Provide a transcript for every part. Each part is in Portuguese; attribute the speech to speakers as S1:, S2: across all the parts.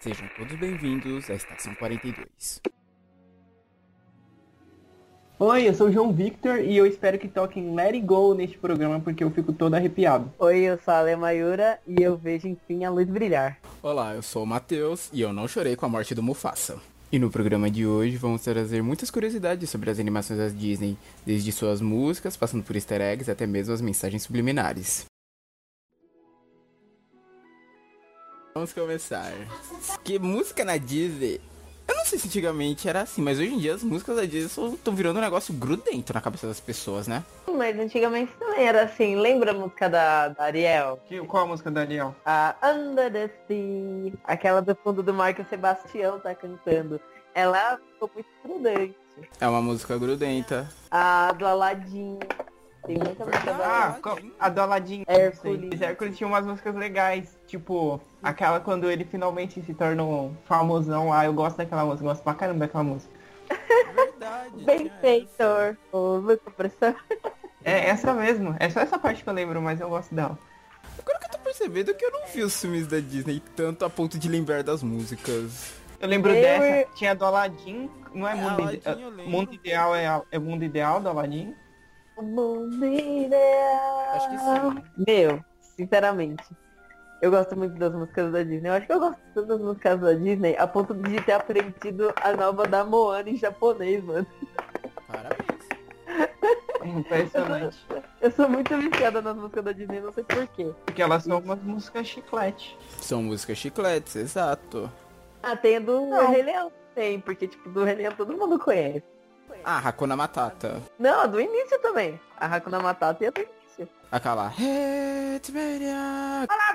S1: Sejam todos bem-vindos à Estação 42.
S2: Oi, eu sou o João Victor e eu espero que toquem Let It Go neste programa porque eu fico todo arrepiado.
S3: Oi, eu sou a Ale Mayura e eu vejo enfim a luz brilhar.
S1: Olá, eu sou o Matheus e eu não chorei com a morte do Mufasa. E no programa de hoje vamos trazer muitas curiosidades sobre as animações da Disney, desde suas músicas, passando por easter eggs até mesmo as mensagens subliminares. Vamos começar. Que música na Disney? Eu não sei se antigamente era assim, mas hoje em dia as músicas da Disney estão virando um negócio grudento na cabeça das pessoas, né?
S3: Mas antigamente também era assim. Lembra a música da, da Ariel?
S2: Que- Qual a música da Ariel?
S3: A Under the Sea. Aquela do fundo do mar que o Sebastião tá cantando. Ela ficou muito grudante.
S1: É uma música grudenta.
S3: A do Aladdin. Tem muita música da
S2: Ah, É co- a do Aladdin.
S3: Hércules.
S2: Mas Hércules tinha umas músicas legais, tipo aquela quando ele finalmente se tornou famosão lá. Eu gosto daquela música, eu gosto pra caramba daquela música.
S1: Verdade. né?
S3: Benfeitor. O Luca Pressão.
S2: É essa mesmo, é só essa parte que eu lembro, mas eu gosto dela.
S1: Agora que eu tô Tá percebendo que eu não vi os filmes da Disney tanto a ponto de lembrar das músicas.
S2: Eu lembro
S3: Eu-
S2: dessa, tinha a do Aladdin, não é,
S1: É,
S2: mundo, Ide-
S1: Aladdin eu lembro.
S2: mundo ideal, é, a- é mundo ideal do Aladdin.
S3: O mundo ideal.
S1: Acho que sim.
S3: Meu, sinceramente. Eu gosto muito das músicas da Disney. Eu acho que eu gosto tanto das músicas da Disney a ponto de ter aprendido a nova da Moana em japonês, mano.
S1: Parabéns.
S2: É Impressionante.
S3: Eu sou muito viciada nas músicas da Disney, não sei porquê.
S2: Porque elas são umas músicas chiclete.
S1: São músicas chicletes, exato.
S3: Ah, tem a do
S2: Não.
S3: Rei Leão, tem, porque tipo, do Rei Leão todo mundo conhece.
S1: Ah, Hakuna Matata.
S3: Não, a do início também. A Hakuna Matata e a do início.
S1: Aquela. Hitmania.
S3: Ah,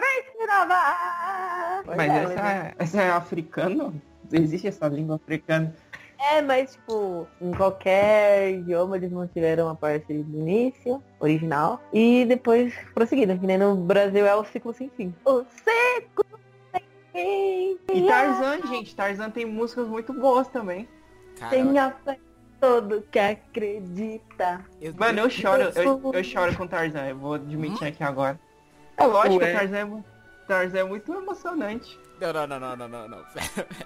S3: Nova!
S2: Mas essa, essa é africana? Existe essa língua africana?
S3: É, mas tipo, em qualquer idioma eles mantiveram a parte do início, original, e depois prosseguiram, que nem no Brasil é o ciclo sem fim. O ciclo sem fim.
S2: E Tarzan, gente, Tarzan tem músicas muito boas também. Ah,
S1: Cara,
S3: Tenha fé em todo que acredita.
S1: eu...
S2: Mano, eu choro, eu, eu choro com Tarzan, eu vou admitir aqui agora. É lógico,
S3: Ué.
S2: Tarzan é, mu- Tarzan é muito emocionante.
S1: Não, não, não, não, não, não.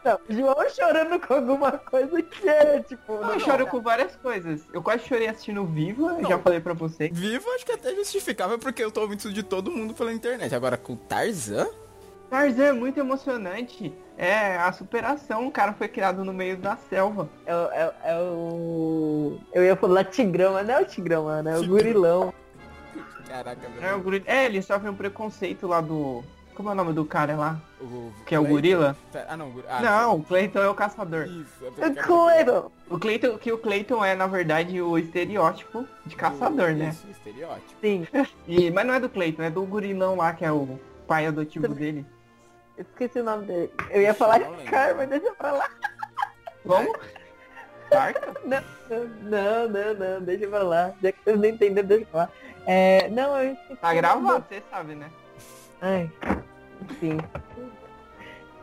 S3: Não, João chorando com alguma coisa que é, tipo,
S2: Ah, Eu
S3: não,
S2: choro com várias coisas. Eu quase chorei assistindo Viva, eu
S1: Não.
S2: já falei pra vocês.
S1: Vivo acho que é até justificável porque eu tô ouvindo isso de todo mundo pela internet. Agora com Tarzan?
S2: Tarzan é muito emocionante. É, a superação, o cara foi criado no meio da selva.
S3: É, o- é, o- é o. Eu ia falar tigrão, mas não é o tigrão, mano, é o
S1: Tigrão.
S3: gurilão.
S1: Caraca, meu
S2: É, o guri- é, ele sofre um preconceito lá do... Como é o nome do cara lá?
S1: O-
S2: Que é o
S1: Clayton.
S2: gorila?
S1: Ah, não, o guri- ah,
S2: Não, o Clayton é o caçador.
S1: Isso, é porque-
S3: O coelho.
S2: O Clayton, que o Clayton é, na verdade, o estereótipo de caçador, né?
S1: Isso, estereótipo.
S3: Sim.
S2: E, mas não é do Clayton, é do gurilão lá, que é o pai adotivo dele.
S3: Eu Esqueci o nome dele. Eu ia falar
S1: Não lembro.
S3: Carmen, deixa pra lá.
S2: Como? Parca?
S3: Não, não, não, deixa pra lá. Já que vocês não entenderam, deixa pra lá. É, não, eu esqueci.
S2: Tá gravado, você sabe, né?
S3: Ai, enfim.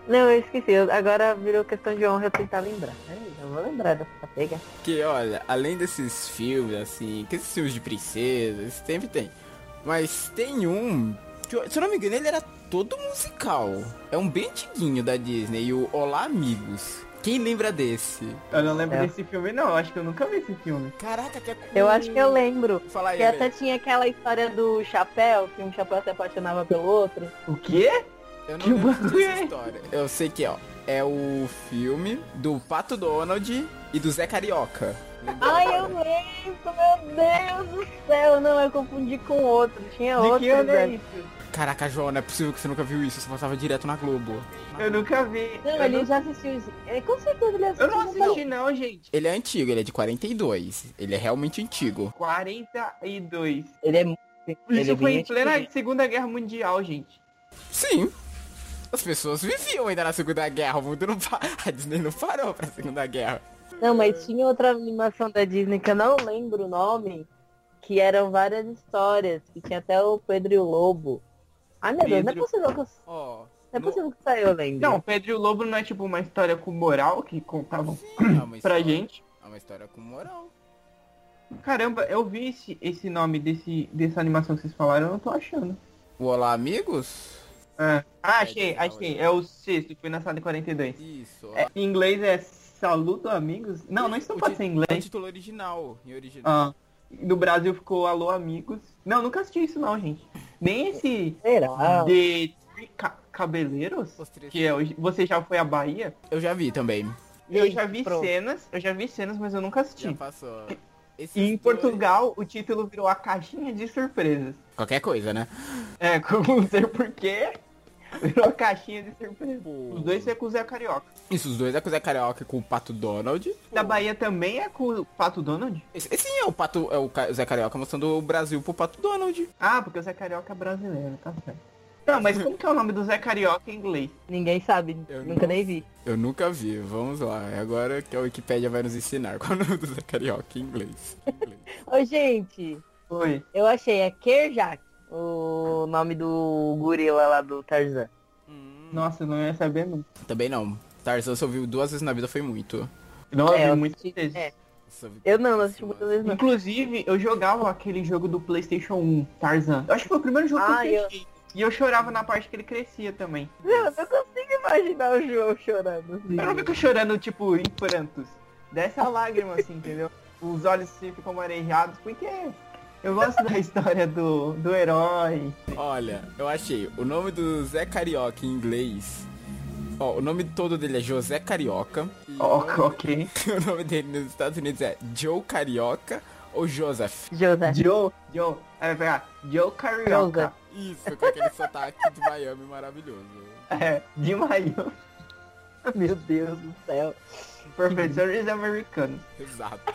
S3: Não, eu esqueci. Eu- Agora virou questão de honra eu tentar lembrar. Ai, eu vou lembrar dessa pega.
S1: Que olha, além desses filmes, assim, que esses filmes de princesa, esse sempre tem. Mas tem um. Que, eu- se eu não me engano, ele era todo musical. É um bem antiguinho da Disney, o Olá Amigos. Quem lembra desse?
S2: Eu não lembro
S3: É.
S2: desse filme, não. Acho que eu nunca vi esse filme.
S1: Caraca, que é com-
S3: Eu acho que eu lembro.
S1: Fala aí,
S3: Que é até
S1: Lê.
S3: tinha aquela história do chapéu, que um chapéu se apaixonava pelo outro.
S2: O quê?
S1: Eu não
S3: um
S2: que
S1: lembro
S2: bagulho
S1: dessa
S2: é?
S1: história. Eu sei que, ó, é o filme do Pato Donald e do Zé Carioca. Lembrou
S3: Ai, eu
S1: agora?
S3: lembro, meu Deus do céu. Não, eu confundi com outro. Tinha
S2: De
S3: outro.
S2: que ano é
S3: né?
S2: isso?
S1: Caraca, João, não é possível que você nunca viu isso, você passava direto na Globo.
S2: Eu nunca vi.
S3: Não,
S2: eu,
S3: ele
S2: não...
S3: já assistiu. isso. É, Com certeza ele assistiu.
S2: eu não
S3: falou.
S2: assisti, não, gente.
S1: Ele é antigo, ele é de 42. Ele é realmente antigo.
S2: 42.
S3: Ele é muito. ele
S2: Isso
S3: é
S2: foi
S3: bem
S2: em plena
S3: antigo.
S2: Segunda Guerra Mundial, gente.
S1: Sim. As pessoas viviam ainda na Segunda Guerra, o mundo não pa... A Disney não parou pra Segunda Guerra.
S3: Não, mas tinha outra animação da Disney que eu não lembro o nome, que eram várias histórias, que tinha até o Pedro e o Lobo. Ai meu Deus, não é
S2: Pedro.
S3: possível que eu, não
S1: Ó,
S3: é
S1: no-
S3: possível que saiu, eu lembro.
S2: Não, Pedro e o Lobo não é tipo uma história com moral que contavam
S1: sim, é uma
S2: pra
S1: história-
S2: gente.
S1: É uma história com moral.
S2: Caramba, eu vi esse, esse nome desse, dessa animação que vocês falaram, eu não tô achando.
S1: O Olá Amigos?
S2: Ah, ah, achei, achei. É o sexto, que foi lançado em 42.
S1: Isso, ó.
S2: É, em inglês é Saluto Amigos? Não, não isso não
S1: O
S2: pode
S1: ti-
S2: ser em
S1: É o
S2: inglês.
S1: título é original, em original.
S2: Ah, no Brasil ficou Alô Amigos. Não, nunca assisti isso não, gente. Nem esse
S3: Será?
S2: de Ca- Cabeleiros,
S1: Os três-
S2: que é o- Você Já Foi à Bahia.
S1: Eu já vi também.
S2: Eu
S3: Ih,
S2: já vi
S3: pronto.
S2: cenas, eu já vi cenas, mas eu nunca
S1: Já
S2: assisti.
S1: passou. Esses
S2: E em
S1: dois-
S2: Portugal, o título virou A Caixinha de Surpresas.
S1: Qualquer coisa, né?
S2: É, como não sei porquê, virou A Caixinha de Surpresas.
S1: Pô.
S2: Os dois é com o Zé Carioca.
S1: Tipo- Isso, os dois é com o Zé Carioca e com o Pato Donald.
S2: Da Bahia também é com o Pato Donald?
S1: Esse, esse é o Pato, é o Ca- o Zé Carioca mostrando o Brasil pro Pato Donald.
S2: Ah, porque o Zé Carioca é brasileiro, tá certo. Não, mas como que é o nome do Zé Carioca em inglês?
S3: Ninguém sabe.
S1: Eu
S3: Nunca
S1: não-
S3: nem vi.
S1: Eu nunca vi, vamos lá. É agora que a Wikipédia vai nos ensinar qual é o nome do Zé Carioca em inglês. Em inglês.
S3: Ô, gente,
S2: Oi.
S3: eu achei. É Kerjak. O nome do gorila lá do Tarzan.
S2: Nossa, eu não ia saber nunca.
S1: Também não. Tarzan só viu duas vezes na vida, foi muito.
S2: Não,
S3: É,
S2: eu
S3: eu
S2: vi muitas
S3: assisti-
S2: vezes.
S3: é.
S1: Só vi
S3: Eu não, não
S1: duas
S3: assisti muitas
S1: semanas.
S3: vezes não.
S2: Inclusive, eu jogava aquele jogo do Playstation 1, Tarzan. Eu acho que foi o primeiro jogo
S3: Ah,
S2: que eu
S3: eu-
S2: assisti. E eu chorava na parte que ele crescia também.
S3: Meu, eu não consigo imaginar o João chorando. assim.
S2: Eu não fico chorando, tipo, em prantos. Desce a lágrima, assim, entendeu? Os olhos se ficam marejados, porque eu gosto da história do, do herói.
S1: Olha, eu achei. O nome do Zé Carioca em inglês. Ó, o nome todo dele é José Carioca. E
S2: Ó,
S1: o, nome,
S2: ok.
S1: o nome dele nos Estados Unidos é Joe Carioca ou Joseph.
S3: José.
S2: Joe, Joe. Aí vai pegar Joe Carioca.
S1: Isso, com aquele sotaque de Miami maravilhoso.
S2: É, de maio.
S3: Meu Deus do céu.
S2: Professores americanos.
S1: Exato.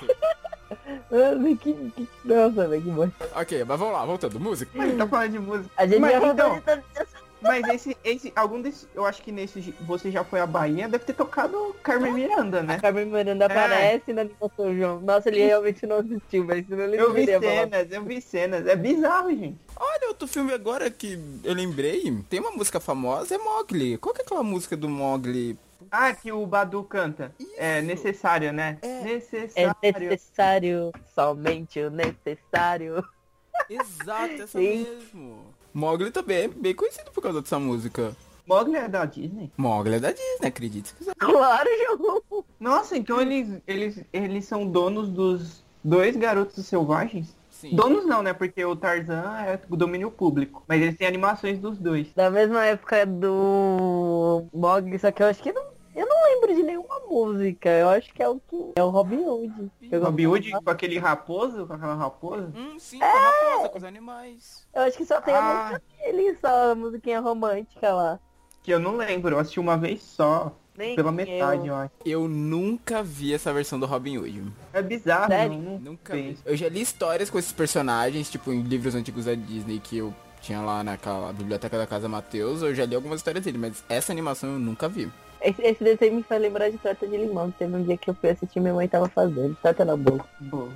S3: Mano, que, que... Nossa, velho, que bosta.
S1: ok, mas vamos lá, voltando. Música.
S2: Mas tá falando de música.
S3: A gente
S2: Mas
S3: já
S2: então-
S3: tá dessa
S2: Mas esse, esse, algum desses, eu acho que nesse de- você já foi à Bahia, deve ter tocado Carmen Miranda, né?
S3: Carmen Miranda aparece na animação João. Nossa, ele realmente não é assistiu, mas senão ele
S2: Eu vi
S3: teria falado.
S2: cenas, eu vi cenas. É bizarro, gente.
S1: Olha, outro filme agora que eu lembrei. Tem uma música famosa, é Mogli. Qual que é aquela música do Mogli?
S2: Ah, que o Badu canta. É
S1: Isso.
S2: necessário, né?
S1: É.
S3: É
S2: Necessário.
S3: necessário, somente o necessário.
S1: Exato, essa
S3: Sim.
S1: mesmo. Mogli também é bem conhecido por causa dessa música.
S2: Mogli é da Disney.
S1: Mogli é da Disney, acredito.
S3: Claro, João.
S2: Nossa, então eles, eles, eles são donos dos dois garotos selvagens?
S1: Sim.
S2: Donos não, né? Porque o Tarzan é domínio público. Mas eles têm animações dos dois.
S3: Da mesma época do Mogli, só que eu acho que não. Eu não lembro de nenhuma música. Eu acho que é o que. É o Robin Hood. Eu,
S2: Robin Hood com aquele raposo, com aquela raposa.
S1: Hum, sim, com a raposa, com os animais.
S3: eu acho que só tem a
S2: Ah.
S3: música dele, só a musiquinha romântica lá.
S2: Que eu não lembro, eu assisti uma vez só.
S3: Nem
S2: Pela
S3: eu.
S2: metade, eu acho.
S1: Eu nunca vi essa versão do Robin Hood.
S2: É bizarro,
S3: Sério?
S2: não- não
S1: Nunca
S2: sei.
S1: vi. Eu já li histórias com esses personagens, tipo, em livros antigos da Disney que eu tinha lá naquela biblioteca da Casa Mateus. Eu já li algumas histórias dele, mas essa animação eu nunca vi.
S3: Esse, esse desenho me faz lembrar de torta de limão. Teve um dia que eu fui assistir minha mãe tava fazendo. Torta na boca.
S2: Boa.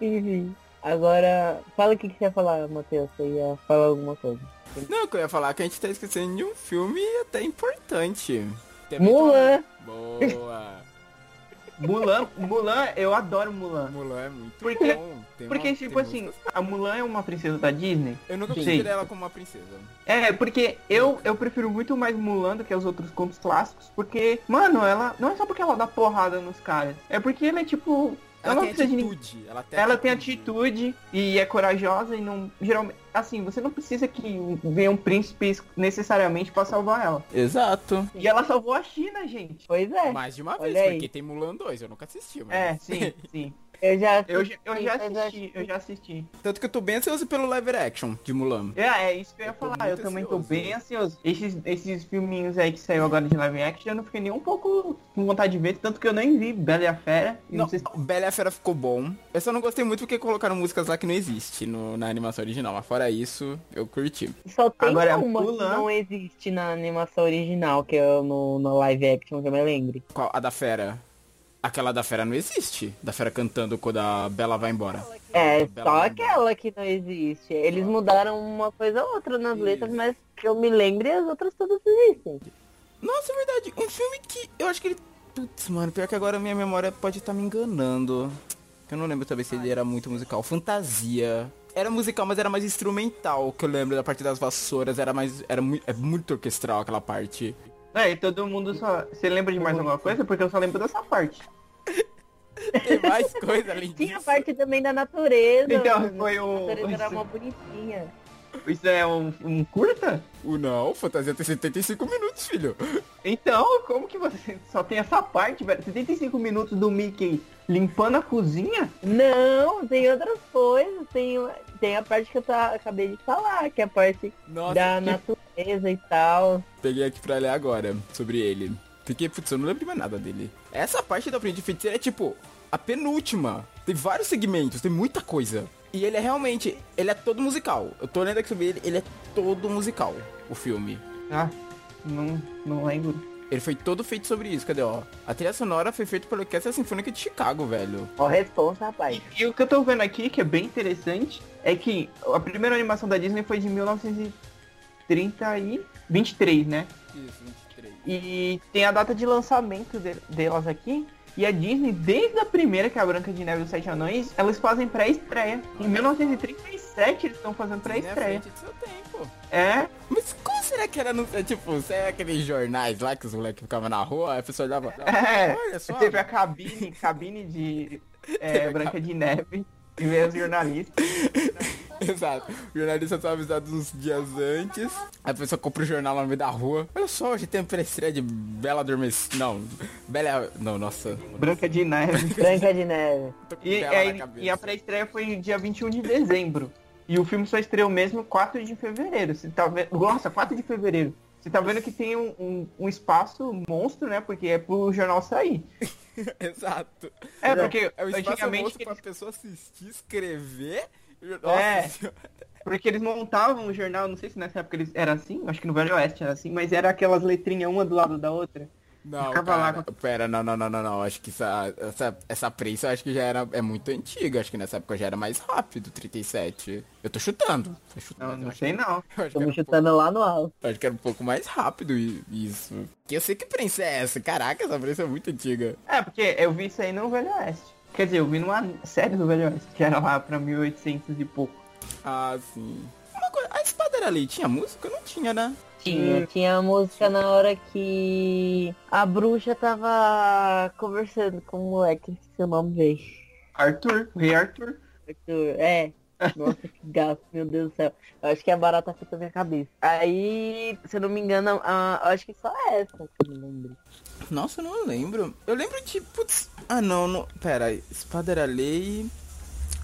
S3: Enfim. Agora, fala o que, que você ia falar, Matheus. Você ia falar alguma coisa.
S1: Não, que eu ia falar que a gente tá esquecendo de um filme até importante.
S2: É
S1: Também
S3: Mulan!
S1: tá- Boa!
S2: Mulan, Mulan, eu adoro Mulan.
S1: Mulan é muito
S2: Porque-
S1: bom. Tem
S2: Porque,
S1: uma-
S2: tipo
S1: tem
S2: assim,
S1: músicas-
S2: a Mulan é uma princesa da Disney.
S1: Eu nunca
S2: Sim.
S1: considerei ela como uma princesa.
S2: É, porque eu, eu prefiro muito mais Mulan do que os outros contos clássicos. Porque, mano, ela. Não é só porque ela dá porrada nos caras. É porque ela é tipo. Ela,
S1: Ela
S2: não
S1: tem
S2: precisa de ninguém.
S1: atitude. Ela tem
S2: Ela tem atitude e é corajosa e não. Geralmente. Assim, você não precisa que um- venha um príncipe necessariamente pra salvar ela.
S1: Exato.
S2: E ela salvou a China, gente.
S3: Pois é.
S1: Mais de uma
S3: Olha
S1: vez,
S3: aí.
S1: porque tem Mulan 2, eu nunca assisti, mas...
S2: É, sim, sim.
S3: Eu já.
S2: Eu, já- eu já
S3: mas acho
S2: assisti,
S3: que-
S2: eu já assisti.
S1: Tanto que eu tô bem ansioso pelo live action de Mulan.
S2: É, é isso que eu ia
S1: Eu tô
S2: falar. Eu
S1: muito
S2: também tô
S1: ansioso.
S2: bem ansioso. Esses, esses filminhos aí que saiu agora de live action, eu não fiquei nem um pouco com vontade de ver, tanto que eu nem vi Bela e a Fera. E não.
S1: Não,
S2: sei se-
S1: Bela e a Fera ficou bom. Eu só não gostei muito porque colocaram músicas lá que não existe no- na animação original. Mas fora isso, eu curti.
S3: Só tem
S2: Agora,
S3: uma
S2: Mulan-
S3: que não existe na animação original, que é no, no live action, que eu me lembre.
S1: Qual? A da Fera. Aquela da Fera não existe. Da Fera cantando quando a Bela vai embora.
S3: É,
S1: Bela
S3: só
S1: Lembra.
S3: aquela que não existe. Eles mudaram uma coisa ou outra nas
S1: Isso.
S3: letras, mas que eu me lembre, as outras todas existem.
S1: Nossa, é verdade. Um filme que eu acho que ele... Putz, mano, pior que agora minha tá memória pode estar me enganando. Eu não lembro também se ele era muito musical. Fantasia. Era musical, mas era mais instrumental, que eu lembro da parte das vassouras, era mais. Era muito, é muito orquestral aquela parte.
S2: É, e todo mundo só. Você lembra de mais alguma coisa? Porque eu só lembro dessa parte.
S1: Tem mais coisa além
S3: Tinha a
S1: disso.
S3: parte também da natureza.
S2: Então,
S3: mano.
S2: foi
S3: A
S2: um.
S3: natureza era
S2: Isso,
S3: mó bonitinha.
S2: isso é um, um curta?
S1: O não, fantasia tem 75 minutos, filho.
S2: Então, como que você só tem essa parte, velho? 75 minutos do Mickey limpando a cozinha?
S3: Não, tem outras coisas. Tem, tem a parte que eu tá- acabei de falar, que é a parte
S1: Nossa,
S3: da
S1: que-
S3: natureza e tal.
S1: peguei aqui pra ler agora sobre ele. Porque, putz, eu não lembro mais nada dele. Essa parte da Aprendi Feiticeira é tipo a penúltima. Tem vários segmentos, tem muita coisa. E ele é realmente, ele é todo musical. Eu tô lendo aqui sobre ele, ele é todo musical, o filme.
S2: Ah, não, não lembro.
S1: Ele foi todo feito sobre isso, cadê, ó? A trilha sonora foi feita pela Orquestra Sinfônica de Chicago, velho.
S3: Ó, responsa, rapaz.
S2: E, e o que eu tô vendo aqui, que é bem interessante, é que a primeira animação da Disney foi de 1923, né?
S1: Isso, 23.
S2: E tem a data de lançamento de- delas aqui. E a Disney, desde a primeira, que é a Branca de Neve e os Sete Anões, elas fazem pré-estreia. Em 1937 eles estão fazendo
S1: né,
S2: pré-estreia.
S1: tempo.
S2: É,
S1: Mas como será que era no... é, Tipo, será aqueles jornais lá que os moleques ficavam na rua, aí a pessoa olhava...
S2: É.
S1: Olha só,
S2: teve a cabine, cabine de é, Branca de Neve. Primeiros jornalistas.
S1: Exato. O jornalista só avisado uns dias antes. A pessoa compra o jornal lá no meio da rua. Olha só, hoje tem pré-estreia de Bela Adormecida. Não, Bela... Não, nossa.
S2: Branca de Neve.
S3: Branca de Neve.
S1: Tô com
S2: E,
S1: Bela
S2: aí-
S1: na cabeça.
S2: e a pré-estreia foi dia 21 de dezembro. E o filme só estreou mesmo 4 de fevereiro. Você tá vendo. Nossa, 4 de fevereiro. Você tá vendo que tem um, um, um espaço monstro, né? Porque é pro jornal sair.
S1: Exato.
S2: É, porque
S1: É o espaço
S2: antigamente
S1: monstro pra
S2: eles,
S1: pessoa assistir, escrever... e-
S2: É.
S1: Senhora.
S2: porque eles montavam o jornal, não sei se nessa época eles era assim, acho que no Velho Oeste era assim, mas era aquelas letrinhas uma do lado da outra.
S1: Não,
S2: Ficava lá
S1: cara, pera, não, não, não, não, não. Acho que essa, essa, essa prensa eu acho que já era é muito antiga. Acho que nessa época já era mais rápido, 37. Eu tô chutando. Tô chutando.
S2: Não,
S1: eu
S2: não
S1: acho,
S2: sei não.
S1: eu acho que era um
S3: Estamos
S1: pouco-
S3: chutando lá no alto.
S1: Acho que era um pouco mais rápido i- isso. Que eu sei que prensa é essa. Caraca, essa prensa é muito antiga.
S2: É, porque eu vi isso aí no Velho Oeste. Quer dizer, eu vi numa série do Velho Oeste, que era lá pra 1800 e pouco.
S1: Ah, sim. Uma coisa, a espada era ali, tinha música? Não tinha, né?
S3: Tinha, tinha a música na hora que a bruxa tava conversando com o moleque, esqueci o nome dele.
S2: Arthur, o rei Arthur.
S3: Arthur, É. Nossa, que gato, meu Deus do céu. Eu acho que a barata afetou minha cabeça. Aí, se eu não me engano, a- a- eu acho que só essa, que eu não lembro.
S1: Nossa, eu não lembro. Eu lembro de, putz... Ah, não, não. Pera, espada era lei...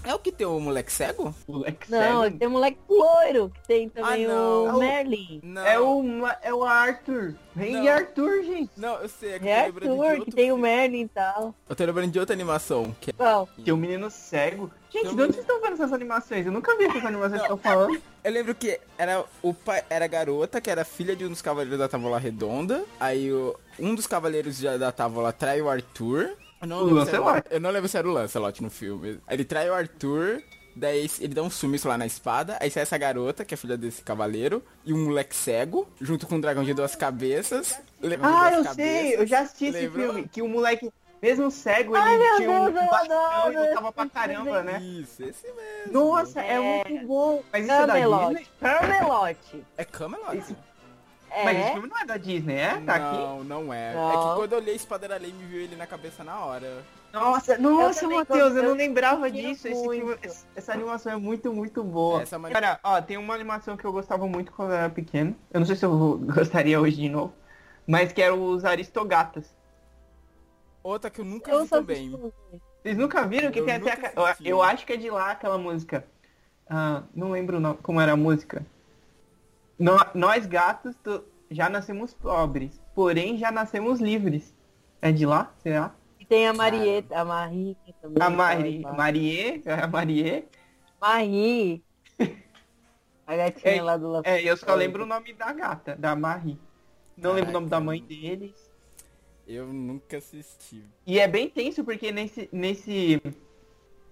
S1: É o que tem o moleque cego?
S2: Moleque
S3: Não,
S2: sério.
S3: tem um moleque loiro, que tem também
S1: Ah, não.
S3: o Merlin.
S1: Não.
S2: É o, Ma- é o Arthur. Rei
S1: Não.
S2: Arthur, gente.
S1: Não, eu sei, é que eu
S3: É
S1: tô lembrando de
S3: Arthur, que
S1: outro
S3: tem o
S1: filme.
S3: Merlin e tal.
S1: Eu tô lembrando de outra animação, que é...
S3: Bom,
S2: Tem um menino cego. Gente,
S1: Tem um
S2: de onde
S1: menino-
S2: vocês estão vendo essas animações? Eu nunca vi essas animações que
S1: Não.
S2: estão falando.
S1: Eu lembro que era o pai, era a garota, que era filha de um dos cavaleiros da Távola Redonda. Aí o- um dos cavaleiros já da Távola trai o Arthur. Eu não,
S2: O
S1: lembro se era
S2: Lancelot.
S1: eu não lembro se era o Lancelot no filme. Aí Ele trai o Arthur, daí esse- ele dá um sumiço lá na espada. Aí sai essa garota, que é filha desse cavaleiro, e um moleque cego, junto com um dragão de duas cabeças. Leão de
S2: Ah,
S1: duas
S2: eu
S1: um cabeças.
S2: sei. Eu já assisti esse
S1: Lembrou?
S2: filme. Que o moleque, mesmo cego, ele
S3: meu
S2: tinha um
S3: Deus, eu
S2: bastão e
S3: adoro
S2: lutava pra
S3: esse
S2: caramba,
S3: filme.
S2: né?
S1: Isso, esse mesmo.
S2: Nossa, é,
S3: É.
S2: muito bom. Mas isso é da Disney?
S3: Camelot. Camelot.
S1: É Camelot.
S2: Esse-
S3: É.
S2: Mas esse filme não é da Disney, é? Tá aqui?
S1: não, não é. É que
S3: Não.
S1: quando eu olhei Espada era Lei, me viu ele na cabeça na hora.
S2: Nossa, nossa,
S3: também
S2: Matheus,
S3: gosto,
S2: eu não
S3: eu
S2: lembrava
S3: prefiro
S2: disso. Esse
S3: muito.
S2: filme- essa- essa animação é muito, muito boa.
S1: Essa é uma-
S2: Cara, ó, tem uma animação que eu gostava muito quando eu era pequeno. Eu não sei se eu gostaria hoje de novo. Mas que era os Aristogatas.
S1: Outra que eu nunca
S3: Eu
S1: vi
S3: só
S1: também.
S3: assisti um. o
S2: Vocês nunca viram que
S1: Eu
S2: tem até
S1: nunca
S2: aquela-
S1: assisti.
S2: Eu acho que é de lá aquela música. Ah, não lembro o nome- como era a música. No- nós gatos to- já nascemos pobres, porém já nascemos livres. É de lá? Será?
S3: E tem a Marieta, a Marie também.
S2: A Mari,
S3: Tá,
S2: Marie, é a Marie.
S3: Marie. A gatinha
S2: É,
S3: lá do Lafayette.
S2: É, eu só lembro o nome da gata, da Marie. Não lembro o nome da
S1: Caraca.
S2: mãe deles.
S1: Eu nunca assisti.
S2: E é bem tenso porque nesse, nesse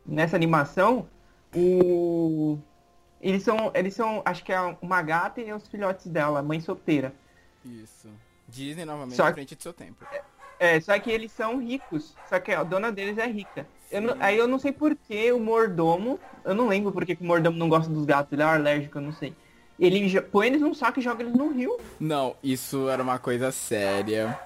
S2: nessa animação o eles são eles são acho que é uma gata e os filhotes dela, mãe solteira.
S1: Isso. Disney novamente
S2: Só
S1: à
S2: que-
S1: frente do seu tempo.
S2: É, só que eles são ricos, só que a dona deles é rica. Eu não- aí eu não sei por que o mordomo. Eu não lembro por que que o mordomo não gosta dos gatos. Ele é alérgico, eu não sei. Ele jo- põe eles num saco e joga eles no rio.
S1: Não, isso era uma coisa séria.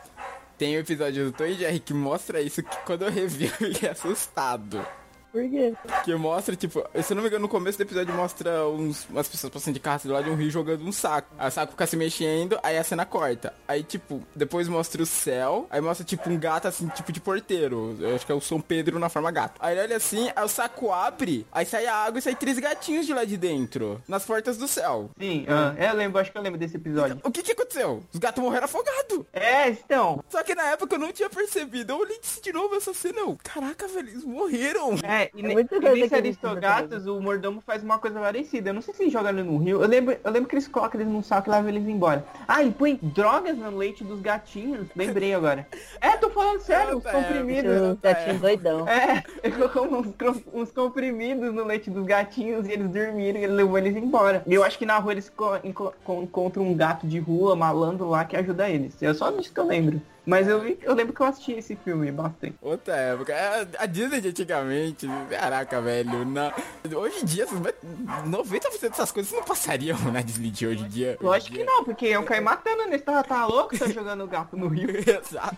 S1: Tem um episódio do Tom e Jerry que mostra isso, que quando eu revi eu fiquei assustado.
S3: Por quê?
S1: Que mostra, tipo, se eu não me engano, no começo do episódio mostra uns, umas pessoas passando de carro do lado de um rio jogando um saco. Aí o saco fica se mexendo, aí a cena corta. Aí, tipo, depois mostra o céu, aí mostra, tipo, um gato, assim, tipo de porteiro. Eu acho que é o São Pedro na forma gato. Aí ele olha assim, aí o saco abre, aí sai a água e sai três gatinhos de lá de dentro, nas portas do céu.
S2: Sim, ah, eu lembro, acho que eu lembro desse episódio.
S1: O que que aconteceu? Os gatos morreram afogados.
S2: É, então.
S1: Só que na época eu não tinha percebido. Eu olhei de novo essa cena. Eu, Caraca, velho, eles morreram.
S2: É, e, ne-
S3: muita
S2: e
S3: coisa
S2: nesse
S3: que eles fizeram.
S2: Aristogatos, o mordomo faz uma coisa parecida. Eu não sei se joga ele no rio. Eu lembro, eu lembro que eles colocam eles num saco e levam eles embora. Ah, e põe drogas no leite dos gatinhos. Lembrei agora. É, tô falando sério, os
S1: Puta, é,
S2: comprimidos.
S3: Um gatinho doidão.
S2: É, ele colocou uns, crom- uns comprimidos no leite dos gatinhos e eles dormiram e ele levou eles embora. E eu acho que na rua eles co- enco- co- encontram um gato de rua malandro lá que ajuda eles. É só disso que eu lembro. Mas eu, vi- eu lembro que eu assisti esse filme bastante.
S1: Outra época. É, A Disney de antigamente. Caraca, velho. Na... Hoje em dia, 90% dessas coisas não passariam na Disney de hoje em dia.
S2: Lógico que não, porque eu caí matando nesse tava tá louco tá jogando gato no rio.
S1: Exato.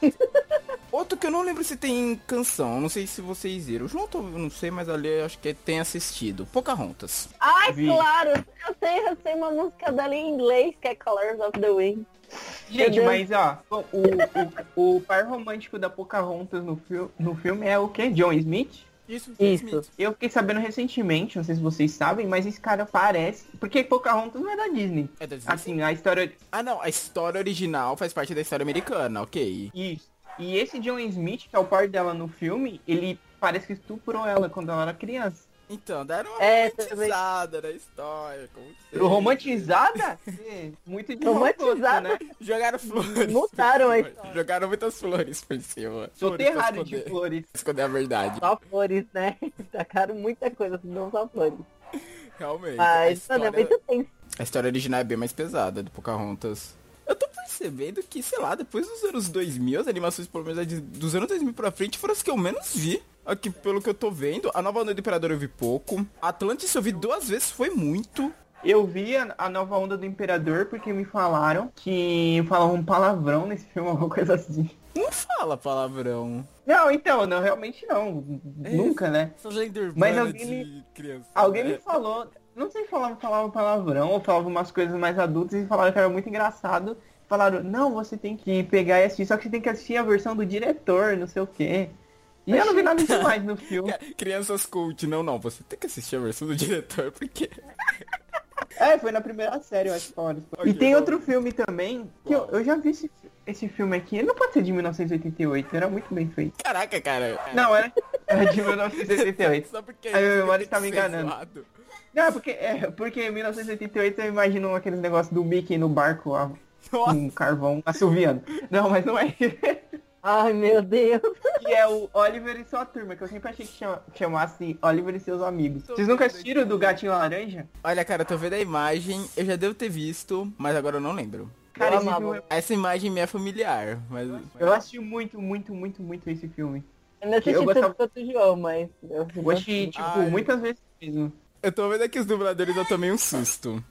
S1: Outro que eu não lembro se tem canção, não sei se vocês viram. O João, talvez- não sei, mas ali eu acho que tem assistido. Pocahontas.
S3: Ai,
S2: Vi.
S3: claro! Eu sei, eu sei uma música dela em inglês, que é Colors of the Wind.
S2: Gente,
S3: Meu Deus.
S2: mas ó, o, o, o par romântico da Pocahontas no, fil no filme é o quê? John Smith?
S1: Isso,
S3: Isso.
S1: Smith.
S2: Eu fiquei sabendo recentemente, não sei se vocês sabem, mas esse cara parece. Porque Pocahontas não é da Disney.
S1: É da Disney.
S2: Assim, a história.
S1: Ah, não. A história original faz parte da história americana, ok.
S2: Isso. E esse John Smith, que é o par dela no filme, ele parece que estuprou ela quando ela era criança.
S1: Então, deram uma
S3: É, também.
S1: romantizada na história. Como sempre.
S2: Romantizada? É, muito de mau gosto,
S3: Romantizada.
S2: né?
S1: Jogaram flores.
S3: Mutaram a
S1: por cima. Jogaram muitas flores por cima.
S2: Sou
S1: Flores pra
S2: terrário de
S1: esconder-
S2: flores.
S1: Esconder a verdade.
S3: Só flores, né? Tacaram muita coisa, não só flores.
S1: Realmente. a,
S3: Mas, mano,
S1: história,
S3: é muito tenso.
S1: a história original é bem mais pesada do Pocahontas. Eu tô percebendo que, sei lá, depois dos anos 2000, as animações, pelo menos a de- dos anos 2000 pra frente, foram as que eu menos vi. Aqui, pelo que eu tô vendo, a Nova Onda do Imperador eu vi pouco. Atlantis eu vi duas vezes, foi muito.
S2: Eu vi a, a nova onda do Imperador porque me falaram que falavam um palavrão nesse filme, alguma coisa assim.
S1: Não fala palavrão.
S2: Não, então, não, realmente não.
S1: É
S2: Nunca, né?
S1: Essa lenda
S2: Mas
S1: urbana
S2: alguém me-
S1: de criança.
S2: Alguém
S1: né?
S2: me falou, não sei se falava, falava palavrão ou falava umas coisas mais adultas e falaram que era muito engraçado. Falaram, não, você tem que pegar e assistir, só que você tem que assistir a versão do diretor, não sei o quê. E eu não vi nada demais no filme.
S1: Crianças cult, não, não, você tem que assistir a versão do diretor, porque...
S2: É, foi na primeira série, eu acho que falaram isso.
S1: Ok,
S2: E tem
S1: bom.
S2: outro filme também, que eu, eu já vi esse, fi- esse filme aqui, ele não pode ser de 1988, era muito bem feito.
S1: Caraca, cara. é
S2: Não, é? era, era de 1988.
S1: Só porque...
S2: A minha memória tá me
S1: tem que ser
S2: enganando.
S1: zoado.
S2: Não, porque, é, porque em 1988 eu imagino aqueles negócios do Mickey no barco, a-
S1: Nossa,
S2: com carvão assoviando. Não, mas não é.
S3: Ai, meu Deus.
S2: Que é o Oliver e sua turma, que eu sempre achei que chama- chamasse Oliver e seus amigos. Vocês nunca assistiram do Gatinho Laranja?
S1: Olha, cara, eu tô vendo a imagem, eu já devo ter visto, mas agora eu não lembro.
S2: Cara,
S3: Eu
S2: esse
S3: amava.
S2: filme, é-
S1: Essa imagem me é familiar, mas...
S2: eu assisti muito, muito, muito, muito esse filme.
S3: Eu não assisti
S2: Eu gostava-
S3: tanto quanto o João, mas... Eu assisti
S2: Eu assisti, tipo,
S1: Ai.
S2: muitas vezes mesmo.
S1: Eu tô vendo aqui os dubladores, eu tomei um susto.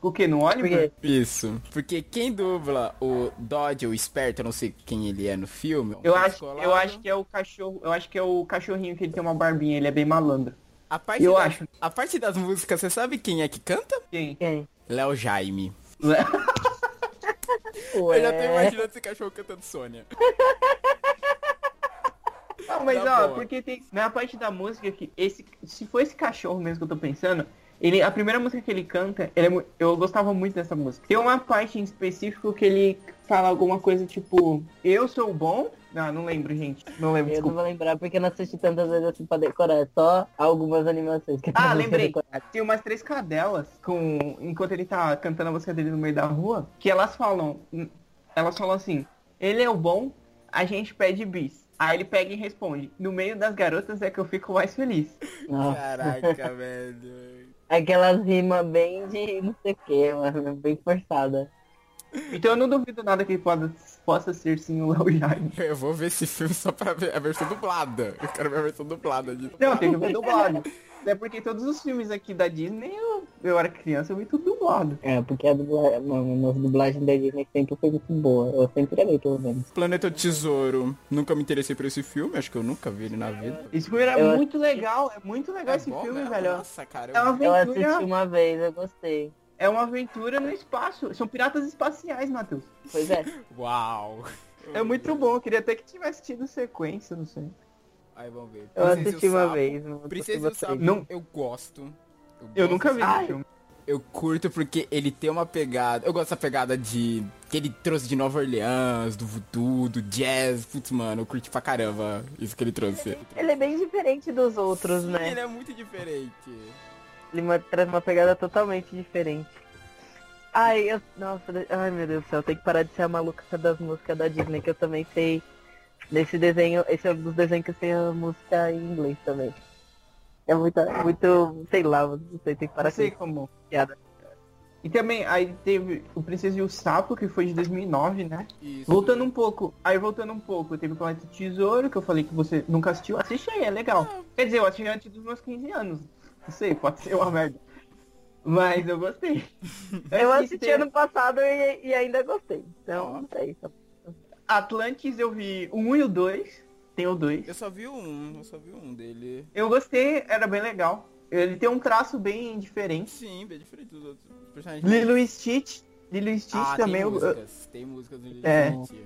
S2: O que, no Oliver?
S3: Porque-
S1: Isso. Porque quem dubla o Dodge, o esperto, eu não sei quem ele é no filme.
S2: Eu acho,
S1: descolado.
S2: eu acho que é o cachorro, eu acho que é o cachorrinho que ele tem uma barbinha, ele é bem malandro.
S1: A parte,
S2: Eu
S1: da-
S2: acho.
S1: a parte das músicas, você sabe quem é que canta?
S2: Quem?
S3: Quem?
S1: Léo Jaime.
S3: Ué.
S2: É.
S1: Eu já tô imaginando esse cachorro cantando Sônia.
S2: Não, mas
S1: Tá
S2: ó,
S1: boa.
S2: porque tem. Na parte da música que esse. Se for esse cachorro mesmo que eu tô pensando, ele, a primeira música que ele canta, ele é mu- eu gostava muito dessa música. Tem uma parte em específico que ele fala alguma coisa tipo, eu sou bom? Não, não lembro, gente. Não lembro,
S3: Eu não
S2: desculpa.
S3: vou lembrar, porque eu não assisti tantas vezes assim pra decorar. é Só algumas animações que eu
S2: Ah,
S3: não
S2: lembrei.
S3: decorar.
S2: Tem umas três cadelas com. Enquanto ele tá cantando a música dele no meio da rua, que elas falam. hum, Elas falam assim, ele é o bom, a gente pede bis. Aí ele pega e responde, no meio das garotas é que eu fico mais feliz.
S3: Não.
S1: Caraca, velho.
S3: Aquelas rimas bem de não sei o que, mano. Bem forçada.
S2: Então eu não duvido nada que ele pode possa ser sim o Léo Jaime.
S1: Eu vou ver esse filme só pra ver a versão dublada. Eu quero ver a versão dublada de.
S2: Não, tem que ver dublado. É porque todos os filmes aqui da Disney, eu, eu era criança, eu vi tudo dublado.
S4: É, porque a dublagem, mano, a dublagem da Disney sempre foi muito boa. Eu sempre amei, pelo menos.
S1: Planeta Tesouro. Nunca me interessei por esse filme, acho que eu nunca vi ele na vida.
S2: Esse filme era
S4: Eu
S2: muito legal, é muito legal esse filme,
S1: né?
S2: velho.
S1: Nossa, cara.
S2: É uma
S1: Eu...
S4: Eu
S2: aventura,
S4: assisti uma vez, eu gostei.
S2: é uma aventura no espaço. São piratas espaciais, Matheus.
S4: Pois é.
S1: Assim, Uau.
S2: É muito bom, eu queria até que tivesse tido sequência, não sei.
S1: Aí vamos ver. Princesa e
S3: Eu
S1: o
S3: assisti uma
S1: Sapo.
S3: vez. não
S1: Princesa e o
S3: gostei.
S1: Sapo.
S2: Não.
S1: Eu gosto.
S2: Eu
S1: gosto
S2: nunca vi
S1: desse
S2: esse filme.
S1: Eu curto porque ele tem uma pegada. Eu gosto da pegada de. que ele trouxe de Nova Orleans, do voodoo, do jazz. Putz, mano, eu curti pra caramba isso que ele trouxe.
S3: Ele é bem diferente dos outros,
S1: Sim,
S3: né?
S1: Ele é muito diferente.
S3: Ele ma- traz uma pegada totalmente diferente. Ai, eu... Nossa, de- ai meu Deus do céu, eu tenho que parar de ser a maluca das músicas da Disney, que eu também sei. Nesse desenho, esse é um dos desenhos que eu sei a música em inglês também. É muito, muito, sei lá, não sei, tem que parar
S2: Não
S3: de ser
S2: sei como.
S3: piada.
S2: E também, aí teve o Princesa e o Sapo, que foi de 2009, né?
S1: Isso.
S2: Voltando um pouco, aí voltando um pouco, teve o Planeta Tesouro, que eu falei que você nunca assistiu. Assiste aí, é legal. Quer dizer, eu assisti antes dos meus 15 anos. Não sei, pode ser uma merda. Mas eu gostei.
S3: Eu
S2: assisti
S3: assisti ano passado e, e ainda gostei. Então,
S1: Ó.
S3: não sei. só-
S2: Atlantis, eu vi o 1 e o 2. Tem o 2.
S1: Eu só vi um, eu só vi um dele.
S2: Eu gostei, era bem legal. Ele tem um traço bem diferente.
S1: Sim, bem diferente dos outros personagens.
S2: Lilo e Stitch. Lilo e Stitch
S1: ah,
S2: também
S1: tem
S2: eu-
S1: músicas. Tem músicas do Lilo
S2: É.
S1: e Stitch.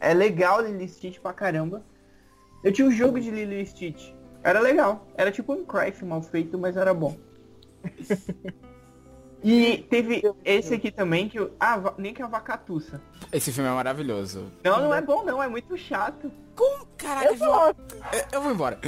S2: é legal Lilo e Stitch pra caramba. Eu tinha um jogo de Lilo e Stitch. Era legal. Era tipo um craft mal feito, mas era bom. e teve esse aqui também que eu... Ah, va- nem que a vacatuça.
S1: Esse filme é maravilhoso.
S2: Não, não é bom não, é muito chato.
S1: Como? Caraca,
S3: Eu gosto,
S1: eu, eu vou embora.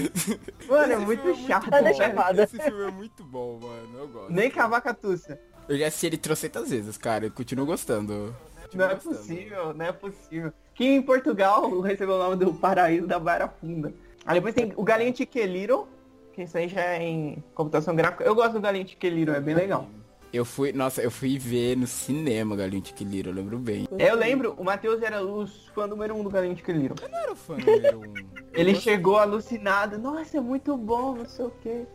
S2: Mano, é
S1: Esse
S2: muito
S1: filme é
S2: chato.
S3: tá
S1: bom.
S2: velho.
S3: deixada.
S1: Esse filme é muito bom, mano. Eu gosto.
S2: Nem que é a vacatuça.
S1: Eu já assisti ele trocentas vezes, cara. Eu continuo gostando. Continuo
S2: Não é
S1: gostando.
S2: possível, não é possível. Que em Portugal recebeu o nome do paraíso da Barafunda. Aí depois tem o Galinho Tiqueliro, que isso aí já é em computação gráfica. Eu gosto do Galinho Tiqueliro, é bem legal.
S1: Eu fui, nossa, eu fui ver no cinema Galinho de Quiliro, eu lembro bem.
S2: É, Eu lembro, o Matheus era o fã número um do Galinho de Quiliro.
S1: Eu não era o fã número um.
S2: Ele chegou alucinado, nossa, é muito bom, não sei o quê.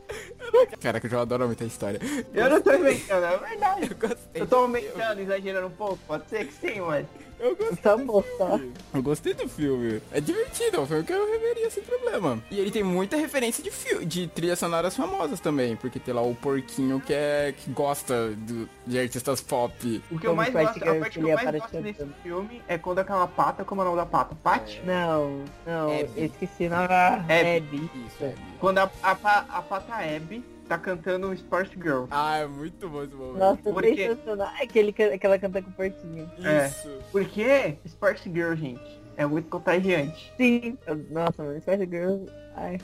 S1: Caraca, eu adoro muito a história.
S2: Eu não tô inventando, é verdade.
S1: Eu gostei.
S2: Eu tô aumentando, exagerando um pouco, pode ser que sim, mas...
S1: Eu gostei.
S3: só mostrar.
S1: Eu gostei do filme. É divertido, é um filme que eu reveria sem problema. E ele tem muita referência de fio, de trilhas sonoras famosas também, porque tem lá o porquinho que é que gosta do- de artistas pop.
S2: O que eu
S3: Como
S2: mais
S3: Pat
S2: gosto, a parte que eu
S3: Garfield
S2: mais gosto
S3: apareceu
S2: desse
S3: também.
S2: filme é quando aquela pata, como é o nome da pata? Pat?
S3: Não, não,
S1: Abby.
S3: eu esqueci. Não, ah,
S2: Abby.
S3: Abby.
S1: Isso, é.
S2: Quando a, a, pa- a pata Abby tá cantando Sport Girl.
S1: Ah, é muito bom esse momento.
S3: Nossa,
S2: Porque-
S3: sensacional. Aquele, que- aquela canta com o porquinho.
S2: é.
S1: Isso.
S2: Por que Sport Girl, gente? É muito contagiante.
S3: Sim. Eu- Nossa, mano, Spice Girls. Ai,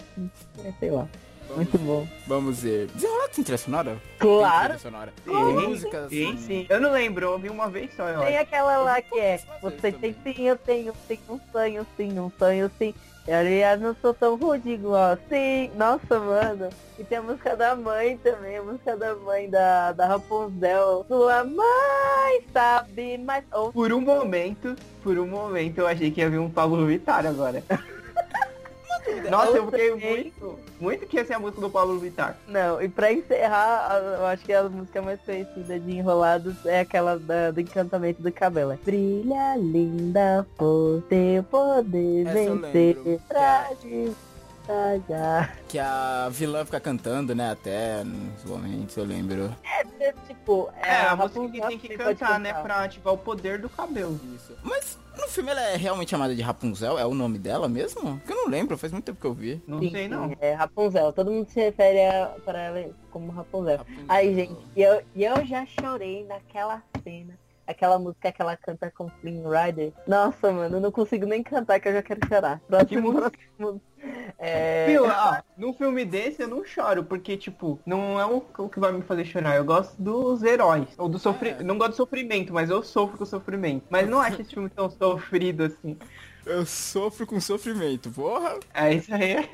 S3: é, sei lá.
S1: Vamos,
S3: Muito bom.
S1: vamos ver. Desenrola tem trilha sonora? Tem
S3: Claro.
S1: trilha sonora.
S2: Sim,
S1: músicas
S2: Sim,
S1: assim,
S2: sim. Eu não lembro, eu ouvi uma vez só, eu
S3: Tem
S2: acho.
S3: aquela lá que é.
S1: Eu vou
S3: Você
S1: também.
S3: tem sim, eu tenho sim, um sonho sim, um sonho sim. E, Aliás, não sou tão rude igual sim. Nossa, mano. E tem a música da mãe também, a música da mãe da, da Rapunzel. Sua mãe sabe, mas. Ou
S2: Por um momento, por um momento eu achei que ia vir um Pablo Vittar agora. Nossa, eu fiquei muito, muito que ia ser a música do Pablo Vittar.
S3: Não, e pra encerrar, a- eu acho que a música mais conhecida de Enrolados é aquela da- do encantamento do cabelo. é Brilha linda por teu poder
S1: Essa eu
S3: vencer.
S1: lembro.
S3: Traje, traja.
S1: que a vilã fica cantando, né? Até nos momentos, eu lembro.
S3: É tipo,
S2: É, a música
S3: Rapunzel
S2: que tem que
S3: pode
S2: cantar, né? Pra ativar o poder do cabelo.
S1: Isso. Mas no filme ela é realmente chamada de Rapunzel? É o nome dela mesmo? Porque eu não lembro, faz muito tempo que eu vi.
S2: Não
S3: Sim,
S2: sei não.
S3: sim, É Rapunzel, todo mundo se refere a, pra ela como Rapunzel.
S1: Rapunzel.
S3: Ai, gente, e eu, e eu já chorei naquela cena. Aquela música que ela canta com Flynn Rider. Nossa, mano, eu não consigo nem cantar que eu já quero chorar. Próximo, próximo. É,
S2: Viu? Ah, num filme desse eu não choro, porque, tipo, não é o o que vai me fazer chorar. Eu gosto dos heróis. Ou do sofrimento.
S1: É.
S2: Não gosto do sofrimento, mas eu sofro com o sofrimento. Mas não acho esse filme tão sofrido assim.
S1: Eu sofro com sofrimento, porra.
S2: É isso aí.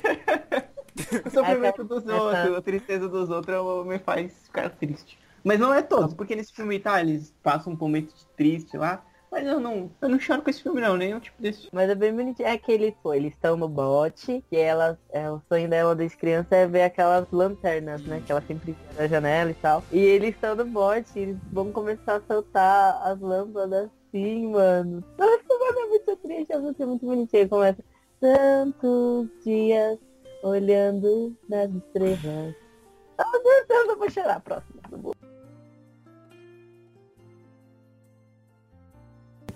S2: o sofrimento
S3: Essa-
S2: dos
S3: essa-
S2: outros, a tristeza dos outros me faz ficar triste. Mas não é todos, porque nesse filme tá, eles passam um momento de triste lá. Mas eu não, eu não choro com esse filme não, nenhum tipo desse filme.
S3: Mas é bem bonitinho. É aquele, pô, eles estão no bote, e ela, é, o sonho dela desde criança é ver aquelas lanternas, né? Que ela sempre via na janela e tal. E eles estão no bote, e eles vão começar a soltar as lâmpadas assim, mano. Nossa, mano, é muito triste, é muito, muito bonitinho. Aí Começa tantos dias olhando nas estrelas. Ah, meu Deus, eu vou chorar. Próximo.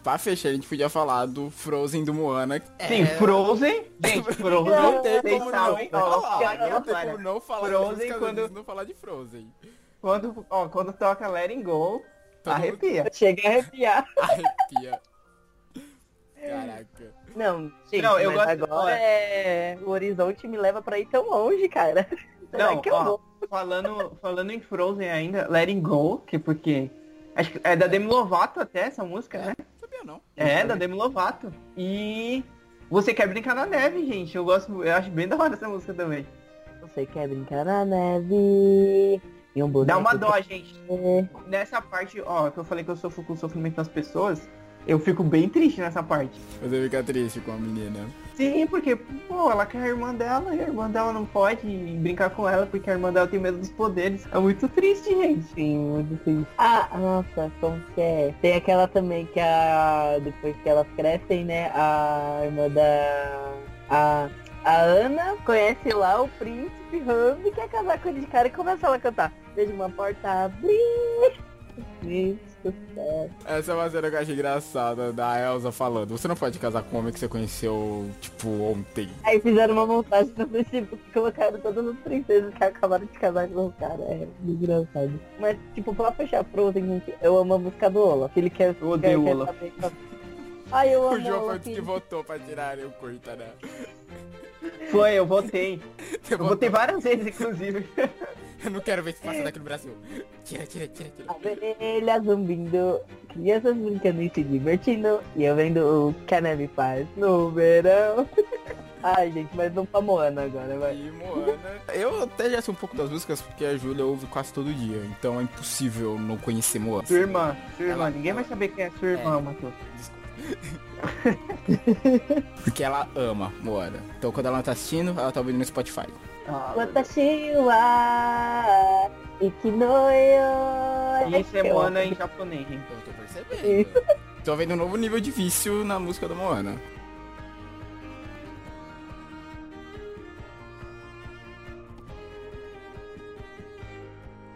S1: Pra fechar, a gente podia falar do Frozen do Moana. que-
S2: Sim, Frozen. Gente, Frozen.
S1: É. Não tem
S2: vocês
S1: como não
S2: sabem, ó,
S1: falar.
S2: ó,
S1: Não tem
S2: cara,
S1: como não falar de
S2: Frozen
S1: música
S2: quando-
S1: deles, não falar de Frozen.
S2: Quando, ó, quando toca Letting Go,
S1: Todo
S2: arrepia.
S3: Chega a arrepiar.
S1: mundo arrepia. Caraca.
S3: Não, gente,
S2: Não, eu
S3: mas
S2: gosto-
S3: agora
S2: olha.
S3: é... o horizonte me leva pra ir tão longe, cara. Será
S2: Não,
S3: que eu
S2: ó,
S3: vou?
S2: Falando, falando em Frozen ainda, Letting Go, que é porque... Acho que é da Demi Lovato até essa música, né?
S1: Sabia não.
S2: É, da Demi Lovato. E... Você quer brincar na neve, gente. Eu gosto, eu acho bem da hora essa música também.
S3: Você quer brincar na neve? E um boneco
S2: Dá uma dó, gente. Nessa parte, ó, que eu falei que eu sofro com o sofrimento das pessoas, eu fico bem triste nessa parte.
S1: Você fica triste com a menina.
S2: Sim, porque, pô, ela quer a irmã dela e a irmã dela não pode brincar com ela porque a irmã dela tem medo dos poderes. É muito triste, gente.
S3: Sim, muito sim. Ah, nossa, como que é? Tem aquela também que a. Depois que elas crescem, né? A irmã da. A. A Ana conhece lá o príncipe Rami, quer casar com ele de cara e começa ela a cantar. Vejo uma porta abrir. Cristo.
S1: Essa é uma cena que eu achei engraçada da Elsa falando. Você não pode casar com um homem que você conheceu, tipo, ontem.
S3: Aí fizeram uma montagem no Facebook, colocaram todas as princesas que acabaram de casar com o cara. É engraçado. Mas, tipo, pra fechar Frozen, gente, eu amo a música do Olaf. Ele quer,
S2: Eu odeio
S3: quer, quer
S2: o Olaf.
S3: saber qual- é. Ai, eu amo
S1: O João
S3: o
S1: foi
S3: Olaf.
S1: o que votou pra tirar eu curta, né?
S2: Foi, eu votei.
S1: Você
S2: Eu
S1: votou.
S2: votei várias vezes, inclusive.
S1: Eu não quero ver isso passando aqui no Brasil. Tira, tira, tira, tira.
S3: Abelhas zumbindo, crianças brincando e se divertindo. E eu vendo o que a neve faz no verão. Ai, gente, mas vamos pra Moana agora, vai.
S1: E Moana. Eu até já sei um pouco das músicas porque a Júlia ouve quase todo dia, então é impossível não conhecer Moana.
S2: Sua irmã, sua irmã.
S1: Ela-
S2: Ninguém vai saber quem é sua irmã, Matheus.
S1: Porque ela ama Moana. Então quando ela não tá assistindo, ela tá ouvindo no Spotify.
S2: Ah,
S3: tá Watashi wa ikinoyo.
S2: isso é Moana em japonês, gente.
S1: Eu tô percebendo. tô vendo um novo nível de vício na música da Moana.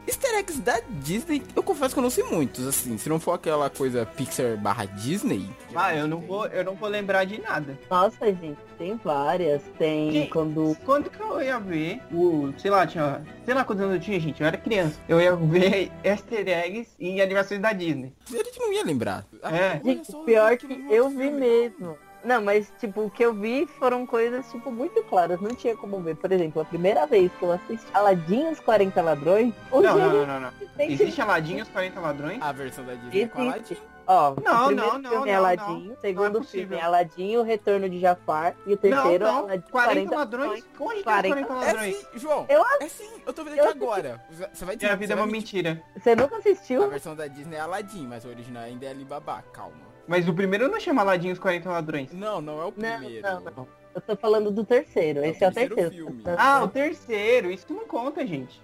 S1: Easter eggs da Disney, eu confesso que eu não sei muitos, assim, se não for aquela coisa Pixar barra Disney.
S2: Ah, eu não vou, eu não vou lembrar de nada.
S3: Nossa, gente, tem várias. Tem
S2: Gente.
S3: quando.
S2: Quando que eu ia ver o, sei lá, tinha, sei lá quantos anos eu tinha, gente, eu era criança. Eu ia ver easter eggs em animações da Disney.
S1: A gente não ia lembrar. Ah,
S2: É.
S1: Olha
S3: Gente,
S1: só,
S3: pior
S1: olha
S3: que
S1: que
S3: eu vi
S1: filme.
S3: mesmo. Não, mas tipo, o que eu vi foram coisas, tipo, muito claras. Não tinha como ver. Por exemplo, a primeira vez que eu assisti Aladdin e os 40 ladrões, o
S2: Não,
S3: gênio
S2: não, não, não, não.
S3: tem
S2: Existe Aladdin e os 40 ladrões?
S1: A versão da Disney é com a
S3: Existe.
S1: Aladdin.
S3: Ó,
S2: Não,
S3: o primeiro
S2: não, não,
S3: filme é
S2: não,
S3: Aladdin, o segundo filme
S2: possível.
S3: é Aladdin, o retorno de Jafar, e o
S2: Não,
S3: terceiro é
S2: não.
S3: Aladdin
S2: 40, ladrões? assim Onde que
S3: 40
S2: tem os 40
S1: É
S2: ladrões?
S1: sim, João.
S3: Eu
S1: É sim, eu tô vendo
S3: eu
S1: aqui
S3: assisti.
S1: agora. Você vai dizer.
S2: Minha vida
S1: você
S2: é
S1: vai
S2: uma
S1: mentir.
S2: mentira.
S3: Você nunca
S1: A
S3: assistiu?
S1: versão da Disney é Aladdin, mas o original ainda é Alibaba, calma.
S2: Mas o primeiro não chama Aladdin e os 40 ladrões.
S1: Não, não é o
S3: Não,
S1: primeiro.
S3: não, não. Eu tô falando do terceiro,
S1: É o
S3: esse é o
S1: terceiro
S3: terceiro.
S1: filme.
S2: Ah, o terceiro. Isso não conta, gente.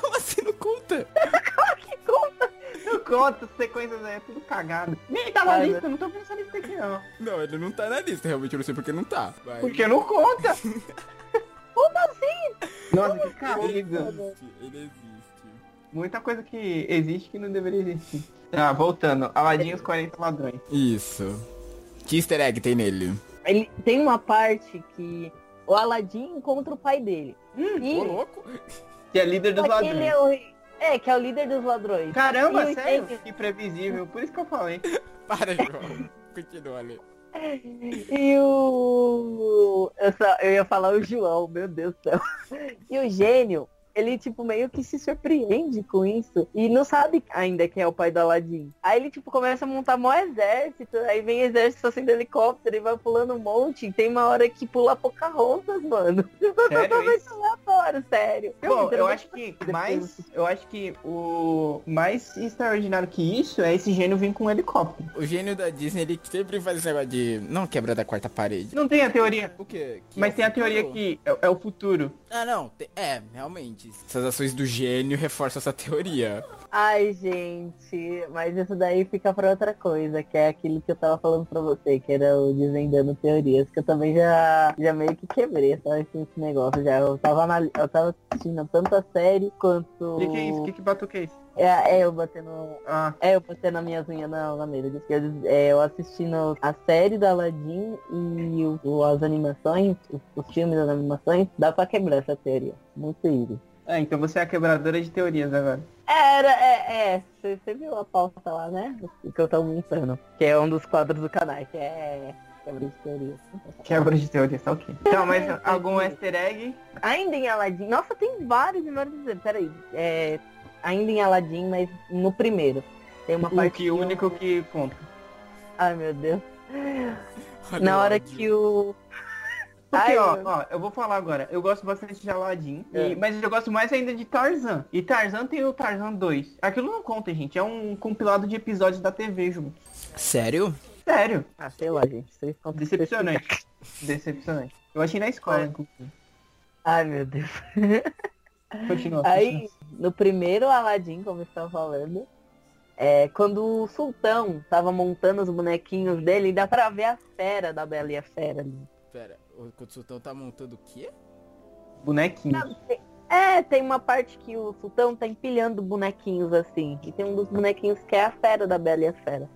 S1: Como assim não conta?
S2: Não conta. As sequências é tudo cagado. Nem tá na
S3: Ai,
S2: lista. Não tô vendo essa lista aqui, não.
S1: Não, ele não tá na lista, realmente eu não sei porque não tá. Mas...
S2: Porque não conta.
S3: Como assim?
S2: Nossa, que
S1: ele
S2: cagado.
S1: existe, ele existe.
S2: Muita coisa que existe que não deveria existir. Tá, voltando. Aladdin e os 40 ladrões.
S1: Isso. Que easter egg tem nele?
S3: Ele tem uma parte que o Aladdin encontra o pai dele.
S2: Hum,
S3: e
S1: Ô, louco.
S2: Que é líder dos
S3: só que ele
S2: ladrões.
S3: é o rei. É, que é o líder dos ladrões.
S2: Caramba,
S3: E o
S2: sério?
S3: Jake?
S2: Que previsível. Por isso que eu falei.
S1: Para, João. Continua ali.
S3: E o. Eu, só- eu ia falar o João, meu Deus do céu. E o gênio Ele, tipo, meio que se surpreende com isso e não sabe ainda quem é o pai do Aladdin. Aí ele, tipo, começa a montar mó exército, aí vem exército assim do helicóptero e vai pulando um monte. E tem uma hora que pula Pocahontas, mano.
S2: Sério
S3: Totalmente
S2: isso?
S3: aleatório, sério.
S2: Bom,
S3: Filme,
S2: eu acho que mais, eu acho que o mais extraordinário que isso é esse gênio vir com um helicóptero.
S1: O gênio da Disney, ele sempre faz esse negócio de não quebra da quarta parede.
S2: Não tem a teoria,
S1: O quê? Que é
S2: mas
S1: o
S2: tem a
S1: futuro?
S2: teoria que é, é o futuro.
S1: Ah, não. te- É, realmente. Essas ações do gênio reforçam essa teoria.
S3: Ai, gente, mas isso daí fica pra outra coisa, que é aquilo que eu tava falando pra você, que era o desvendando teorias, que eu também já, já meio que quebrei sabe, esse, esse negócio. Já eu tava, anal- eu tava assistindo tanto a série quanto.
S2: O que, que é isso? O que, que batuque é isso?
S3: É, é, eu batendo.
S2: Ah,
S3: É, eu batendo as minhas unhas na, na mesa. Diz que eu des- É, eu assistindo a série da Aladdin e o- o- as animações, os, os filmes das animações, dá pra quebrar essa teoria. Muito isso.
S2: é, então você é a quebradora de teorias agora.
S3: Era, é, é, você você viu a pauta lá, né? O Que eu tava montando. Que é um dos quadros do canal, que é quebra de teoria.
S2: Quebra de teorias, tá ok. Então, mas
S3: É,
S2: algum easter egg?
S3: Ainda em Aladdin. Nossa, tem vários menores dizendo. Peraí. É, ainda em Aladdin, mas no primeiro. Tem uma
S2: O
S3: parte.
S2: que único que conta.
S3: Ai meu Deus.
S1: Olha
S3: Na
S1: o
S3: hora
S1: ódio.
S3: que o.
S2: Porque,
S3: Ai,
S2: ó,
S3: meu-
S2: ó, eu vou falar agora. Eu gosto bastante de Aladdin, e-
S3: É.
S2: mas eu gosto mais ainda de Tarzan. E Tarzan tem o Tarzan 2. Aquilo não conta, gente. É um compilado de episódios da TV juntos.
S1: Sério?
S2: Sério.
S3: Ah, sei lá, gente. Vocês estão
S2: Decepcionante. Decepcionante. Eu achei na escola, inclusive.
S3: Ai meu Deus.
S2: Continua.
S3: Aí, no primeiro Aladdin, como eu estava falando, é, quando o Sultão tava montando os bonequinhos dele, dá pra ver a fera da Bela e a Fera ali.
S1: Pera, o consultão tá montando o quê?
S2: continua. Bonequinho.
S3: É, tem uma parte que o Sultão tá empilhando bonequinhos assim. E tem um dos bonequinhos que é a fera da Bela e a Fera.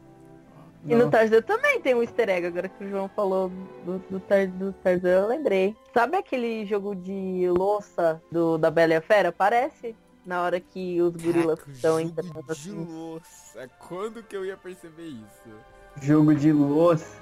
S3: E no
S2: Não.
S3: Tarzan também tem um easter egg, agora que o João falou do, do, Tar- do Tarzan, eu lembrei. Sabe aquele jogo de louça do, da Bela e a Fera? Parece na hora que os gorilas
S1: Caraca, o
S3: estão
S1: jogo
S3: entrando
S1: de
S3: assim.
S1: louça. Quando que eu ia perceber isso?
S2: Jogo de louça.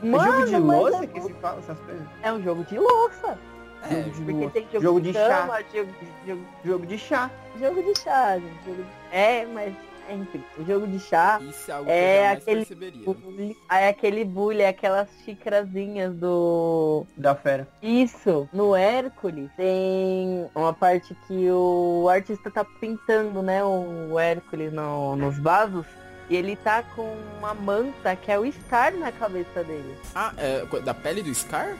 S2: é jogo de
S3: mas
S2: louça
S3: é
S2: que se fala essas coisas?
S3: É um jogo de louça.
S1: É,
S2: jogo de
S3: Porque
S2: louça.
S3: tem jogo,
S2: Jogo
S3: de
S2: de
S3: cama, Jogo, jogo,
S2: Jogo de chá.
S3: jogo de chá, gente. jogo de- É, mas enfim, o jogo de chá.
S1: isso é algo que eu
S3: É
S1: jamais
S3: aquele-
S1: perceberia.
S3: bully, Uhum. Aí aquele bully, aquelas xicrazinhas do.
S2: Da fera.
S3: Isso, no Hércules tem uma parte que o artista tá pintando, né? O Hércules no- nos vasos. E ele tá com uma manta que é o Star na cabeça dele.
S1: Ah, é, co- da pele do Scar?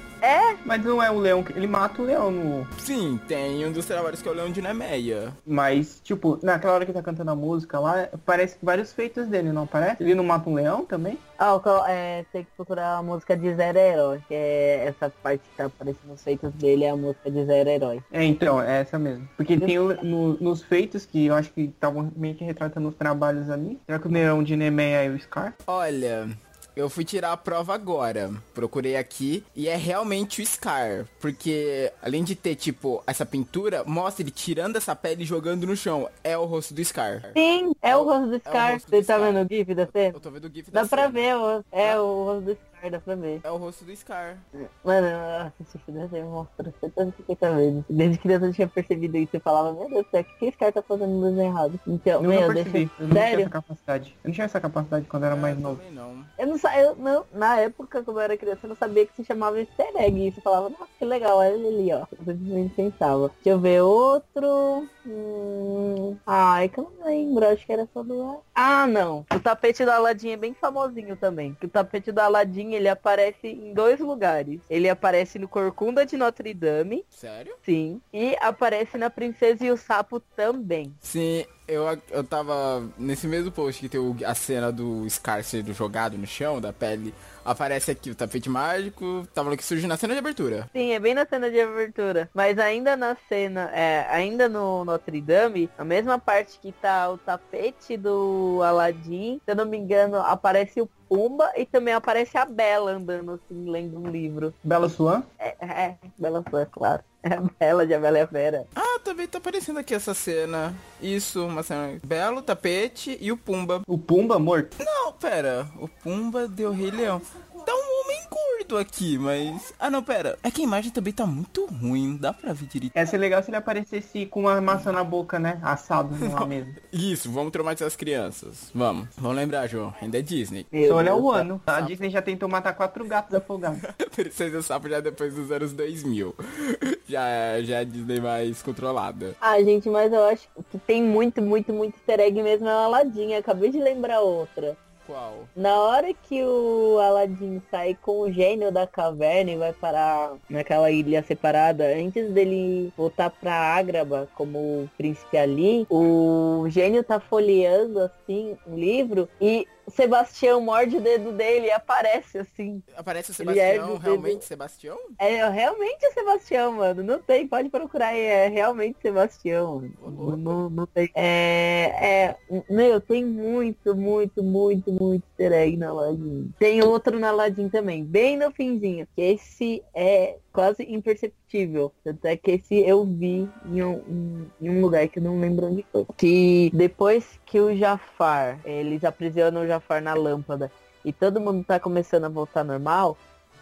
S2: Mas não é o leão. que- Ele mata o leão no.
S1: Sim, tem um dos trabalhos que é o Leão de Nemeia.
S2: Mas, tipo, naquela hora que tá cantando a música lá, parece que vários feitos dele, não parece? Ele não mata um leão também?
S3: Ah, eu colo- é, tem que procurar a música de Zero Herói, que é essa parte que tá aparecendo nos feitos dele, é a música de Zero Herói.
S2: É, então, é essa mesmo. Porque tem o- no- nos feitos que eu acho que estavam meio que retratando os trabalhos ali. Será que o Neon de Nemeia e o Scar?
S1: Olha, eu fui tirar a prova agora. Procurei aqui e é realmente o Scar. Porque além de ter, tipo, essa pintura, mostra ele tirando essa pele e jogando no chão. É o rosto do Scar.
S3: Sim, é o rosto do Scar.
S1: rosto do
S3: Você tá
S1: Scar.
S3: vendo o GIF da cena?
S1: Eu tô vendo o GIF da
S3: Dá pra
S1: cena. Tá.
S3: ver, o rosto. é o rosto do Scar, dá pra ver.
S1: É o rosto do Scar.
S3: Mano, eu assisti esse desenho mostra 150 vezes. Desde criança eu tinha percebido isso e falava, meu Deus do céu, o que que esse cara tá fazendo no desenho errado? Então,
S2: Eu
S3: meu,
S2: não
S3: deixa...
S2: percebi. Eu não tinha
S3: Sério?
S2: essa capacidade. Eu não tinha essa capacidade quando eu era
S1: Ah,
S2: mais
S1: eu
S2: novo.
S1: Também não.
S3: Eu não sa... eu não Na época, como eu era criança, eu não sabia que se chamava easter egg. Isso eu falava, nossa, que legal, olha ele ali, ó. Eu simplesmente pensava. Deixa eu ver outro. Hum... Ai, que eu não lembro. Acho que era só do... Ah, não. O tapete da Aladdin é bem famosinho também. Que o tapete da Aladdin, ele aparece em dois lugares. Ele aparece no Corcunda de Notre Dame,
S1: Sério?
S3: sim. E aparece na Princesa e o Sapo também.
S1: Sim, eu, eu tava. Nesse mesmo post que tem o- a cena do Scar sendo jogado no chão, da pele. Aparece aqui o tapete mágico. Tava no que surge na cena de abertura.
S3: Sim, é bem na cena de abertura. Mas ainda na cena, é, ainda no Notre Dame, a mesma parte que tá o tapete do Aladdin, se eu não me engano, aparece o Pumba e também aparece a Bela andando assim, lendo um livro.
S2: Bela Swan?
S3: É, é Bela foi, claro. É a Bela de A Bela e a Fera.
S1: Ah, também tá aparecendo aqui essa cena. Isso, uma cena. Belo, tapete e o Pumba.
S2: O Pumba morto?
S1: Não, pera. O Pumba deu Rei Leão. Tá um homem gordo tô aqui, mas. Ah não, pera. É que a imagem também tá muito ruim, não dá pra ver direito.
S2: Ia ser legal se ele aparecesse com uma maçã na boca, né? Assado numa mesa.
S1: Isso, vamos traumatizar as crianças. Vamos. Vamos lembrar, João. Ainda é Disney.
S2: Só olha o ano. A Disney já tentou matar quatro gatos afogados.
S1: Princesa Sapo já depois dos anos 2000. Já, já é a Disney mais controlada.
S3: Ah, gente, mas eu acho que tem muito, muito, muito easter egg mesmo é o Aladdin. Acabei de lembrar outra.
S1: Qual?
S3: Na hora que o Aladdin sai com o gênio da caverna e vai parar naquela ilha separada, antes dele voltar pra Ágraba como príncipe ali, o gênio tá folheando assim um livro e Sebastião morde o dedo dele e aparece assim.
S1: Aparece o
S3: Ele é
S1: Sebastião,
S3: do-
S1: realmente Sebastião?
S3: É realmente o Sebastião, mano. Não tem, pode procurar aí. É realmente Sebastião. Não, não, não tem. É, é. Meu, tem muito, muito, muito, muito easter egg na Aladdin. Tem outro na Aladdin também, bem no finzinho. Que esse é quase imperceptível. Tanto é que esse eu vi em um, um- em um lugar que eu não lembro onde foi. Que depois que o Jafar, eles aprisionam o Jafar na lâmpada e todo mundo tá começando a voltar ao normal,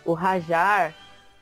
S3: o Rajar,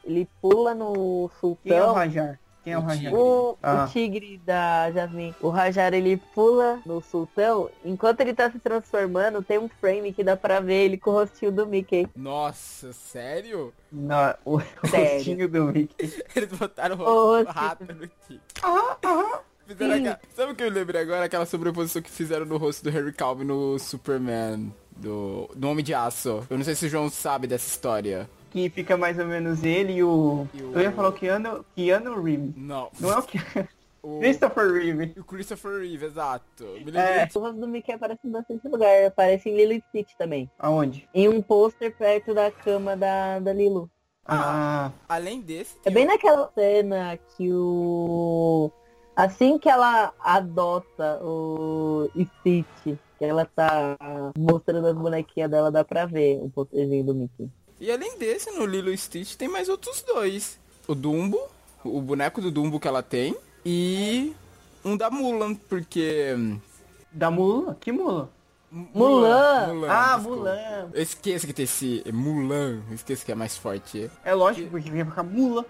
S3: ele pula no
S2: Quem é o
S3: sultão.
S2: Rajar? Quem é o
S1: O
S2: Rajar?
S1: tigre.
S3: O,
S2: Ah.
S3: o tigre da Jasmine. O Rajar, ele pula no sultão. Enquanto ele tá se transformando, tem um frame que dá pra ver ele com o rostinho do Mickey.
S1: Nossa, sério?
S2: Na- o
S3: Sério.
S2: rostinho do Mickey.
S1: Eles botaram
S3: Ô,
S1: o rato no tique.
S2: Ah, ah.
S1: Fizeram
S3: Sim.
S1: aquela... Sabe o que eu lembrei agora? Aquela sobreposição que fizeram no rosto do Harry Calvin no Superman. Do, do Homem de Aço. Eu não sei se o João sabe dessa história.
S2: Que fica mais ou menos ele e o...
S1: E o-
S2: Eu ia falar o Keanu, Keanu Reeves.
S1: Não.
S2: Não é o Keanu.
S1: O,
S2: Christopher Reeves.
S1: o Christopher Reeve, exato. Me
S2: É.
S1: lembrei
S3: O rosto do Mickey aparece em bastante lugar. Aparece em Lilo e Stitch também.
S2: Aonde?
S3: Em um pôster perto da cama da, da Lilo.
S2: Ah,
S1: Além desse,
S3: É
S1: tem
S3: bem naquela cena que o. Assim que ela adota o Stitch, que ela tá mostrando as bonequinhas dela, dá pra ver o posterzinho do Mickey.
S1: E além desse, no Lilo e Stitch tem mais outros dois. O Dumbo, o boneco do Dumbo que ela tem, e um da Mulan, porque... hum,
S2: da Mula? Que Mula?
S3: Mulan!
S2: ah,
S1: desculpa.
S2: Mulan.
S1: Eu esqueço que tem esse é Mulan, eu esqueço que é mais forte.
S2: É lógico, porque ia ficar Mula.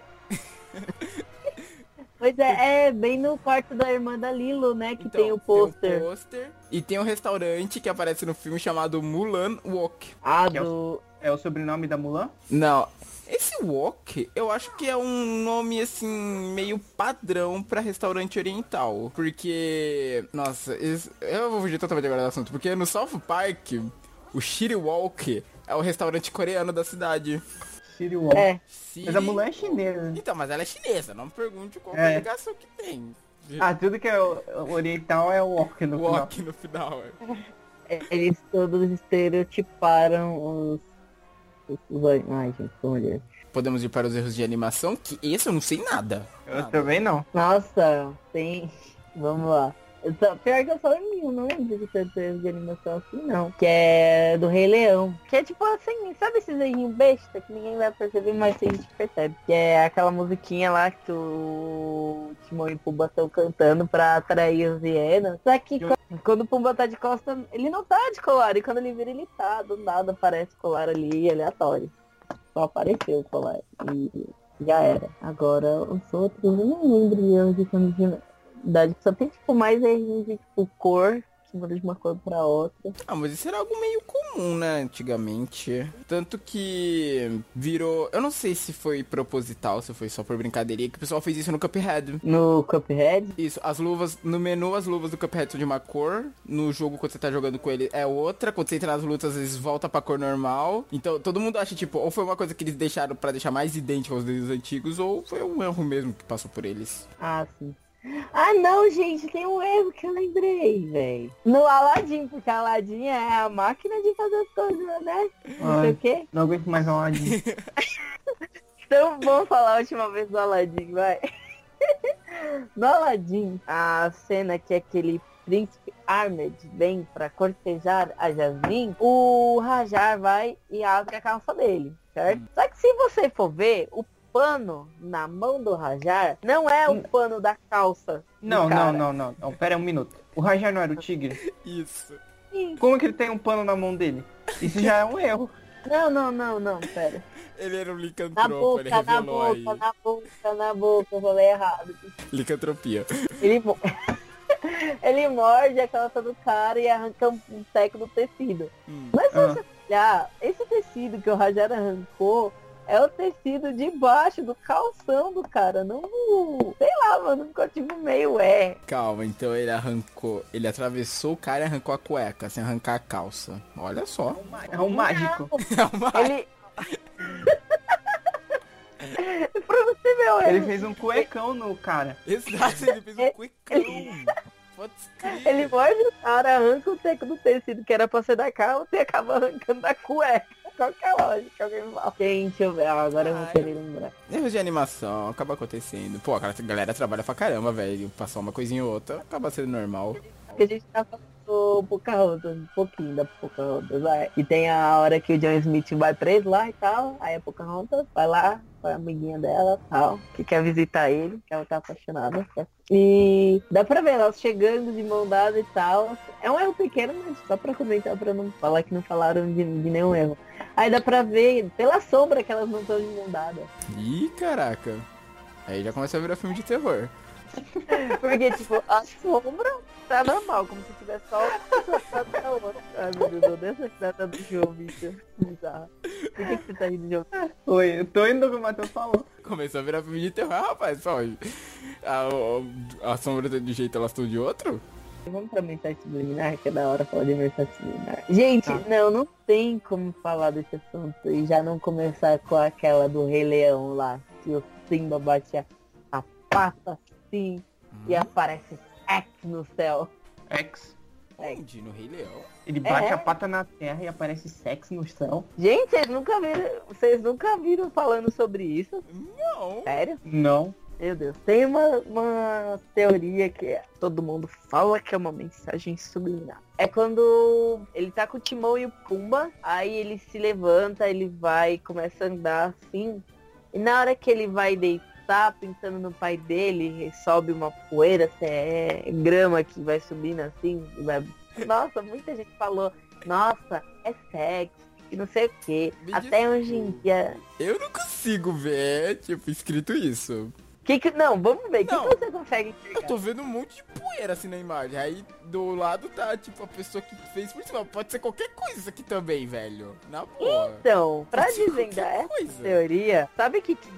S3: Pois é, é bem no quarto da irmã da Lilo, né? Que tem o
S1: Então, Tem
S3: pôster.
S1: o pôster. E tem um restaurante que aparece no filme chamado Mulan Walk.
S3: Ah,
S2: Que é
S3: do.
S2: É o sobrenome da Mulan?
S1: Não, esse Walk, eu acho que é um nome, assim, meio padrão pra restaurante oriental. Porque, nossa, isso- eu vou fugir totalmente agora do assunto. Porque no South Park, o Shiri Walk é o restaurante coreano da cidade.
S2: Siri Wong.
S3: É.
S2: Mas a Mulan é chinesa. né?
S1: Então, mas ela é chinesa, não me pergunte qual
S2: É.
S1: é. ligação que tem.
S2: Ah, tudo que é o- o oriental é o Wok no final.
S1: Walk no final, é.
S3: é, Eles todos estereotiparam os. os, os... Ai, gente, como é olhar.
S1: Podemos ir para os erros de animação, que esse eu não sei nada.
S2: Eu
S1: Nada.
S2: também não.
S3: Nossa, tem. Vamos lá. Eu só- Pior que eu só lembro, eu não lembro de tanto erro de animação assim, não. Que é do Rei Leão. Que é tipo assim, sabe esses errinhos besta que ninguém vai perceber, mas a gente percebe. Que é aquela musiquinha lá que o Timão e o Pumba estão cantando pra atrair os hienas. Só que
S2: Eu-
S3: quan- quando o Pumba tá de costa, ele não tá de colar. E quando ele vira, ele tá. Do nada aparece colar ali, aleatório. Só apareceu o colar. E já era. Agora os outros, eu não lembro de erros de camisidade. Só tem tipo mais erros de tipo cor, que muda de uma cor pra outra.
S1: Ah, mas isso era algo meio comum, né, antigamente. Tanto que virou. Eu não sei se foi proposital, se foi só por brincadeirinha, que o pessoal fez isso no Cuphead.
S3: No Cuphead,
S1: Isso, as luvas, no menu as luvas do Cuphead são de uma cor, no jogo quando você tá jogando com ele é outra, quando você entra nas lutas às vezes volta pra cor normal. Então todo mundo acha, tipo, ou foi uma coisa que eles deixaram pra deixar mais idêntico aos desenhos antigos, ou foi um erro mesmo que passou por eles.
S3: ah, sim. Ah não, gente, tem um erro que eu lembrei, velho. No Aladdin, porque a Aladdin é a máquina de fazer as coisas, né? Não sei o
S2: Ai,
S3: quê.
S2: não aguento mais uma Aladdin.
S3: Então vamos falar a última vez do Aladdin, vai. No Aladdin, a cena que aquele príncipe Ahmed vem pra cortejar a Jasmine, o Rajar vai e abre a calça dele, certo?
S1: Hum.
S3: Só que se você for ver, o pano na mão do Rajar não é
S1: Hum.
S3: o pano da calça. do
S2: Não, não,
S3: cara.
S2: não, não, não. Pera um minuto. O Rajar não era o tigre?
S1: Isso.
S3: Sim.
S2: Como que ele tem um pano na mão dele? Isso já é um erro.
S3: Não, não, não, não, pera.
S1: Ele era um
S3: Na
S1: licantropo, ele
S3: boca, na
S1: revelou aí.
S3: boca, na boca, na boca, eu falei errado.
S1: Licantropia.
S3: Ele, mo- ele morde a calça do cara e arranca um um teco do tecido.
S1: Hum.
S3: Mas se
S2: Ah.
S3: você olhar, esse tecido que o Rajara arrancou é o tecido de baixo do calção do cara. Não, sei lá, mano, ficou tipo meio é.
S1: Calma, então ele arrancou. Ele atravessou o cara e arrancou a cueca, sem arrancar a calça. Olha só.
S2: É um mágico.
S1: Calma.
S3: Ele... pra você ver, ó,
S2: Ele
S3: ele-
S2: fez um cuecão no cara.
S1: Exato, ele fez um cuecão. Pode escrever.
S3: Ele morde o cara, arranca o teco do tecido que era pra ser da calça e acaba arrancando da cueca. Qual que é a lógica? Alguém fala. Gente, eu... ah, agora eu vou
S1: Ai.
S3: querer lembrar.
S1: Erros de animação, acaba acontecendo. Pô, a galera trabalha pra caramba, velho. Passar uma coisinha ou outra, acaba sendo normal.
S3: Porque a gente tá falando do Pocahontas, um pouquinho da Pocahontas. Vai. E tem a hora que o John Smith vai preso lá e tal. Aí a Pocahontas vai lá com a amiguinha dela tal, que quer visitar ele, que ela tá apaixonada. certo? E dá pra ver elas chegando de mão dada e tal. É um erro pequeno, mas só pra comentar, pra não falar que não falaram de, de nenhum erro. Aí dá pra ver pela sombra que elas não estão de mão dada.
S1: Ih, caraca. Aí já começa a virar filme de terror.
S3: Porque, tipo, a sombra tá normal, como se tivesse só da outra. Ai, meu Deus, eu odeio essa cidade do João, bicho. Bizarro. Por que, que você tá rindo, João?
S2: Oi, eu tô indo com o que o Matheus falou.
S1: Começou a virar filme de terror, rapaz. Só. A, a, a sombra tá de um jeito, elas estão de outro?
S3: Vamos pra mensagem subliminar, que é da hora falar de mensagem subliminar. Gente,
S2: Tá.
S3: não, não tem como falar desse assunto e já não começar com aquela do Rei Leão lá, que o Simba bate a, a pata assim e aparece X no céu.
S2: Ex.
S1: Onde? No Rei Leão.
S2: Ele bate
S3: É.
S2: a pata na terra e aparece sexo no céu.
S3: Gente, vocês nunca viram, vocês nunca viram falando sobre isso?
S1: Não.
S3: Sério?
S2: Não.
S3: Meu Deus, tem uma, uma teoria que é- todo mundo fala que é uma mensagem subliminar. É quando ele tá com o Timão e o Pumba, aí ele se levanta, ele vai e começa a andar assim. E na hora que ele vai deitar, pensando no pai dele, sobe uma poeira, assim, é grama que vai subindo assim. e vai- Nossa, muita gente falou, nossa, é sexo. E não sei o que.
S1: Me
S3: Até hoje em
S1: desculpa.
S3: dia
S1: Eu não consigo ver, tipo, escrito isso.
S3: Que que- Não, vamos ver. O que,
S1: Não.
S3: que você consegue enxergar?
S1: Eu tô vendo um monte de poeira assim na imagem. Aí do lado tá, tipo, a pessoa que fez por cima. Pode ser qualquer coisa isso aqui também, velho. Na boa.
S3: Então, pra
S1: Pode ser
S3: desvendar
S1: qualquer
S3: essa
S1: coisa.
S3: teoria, sabe o que, que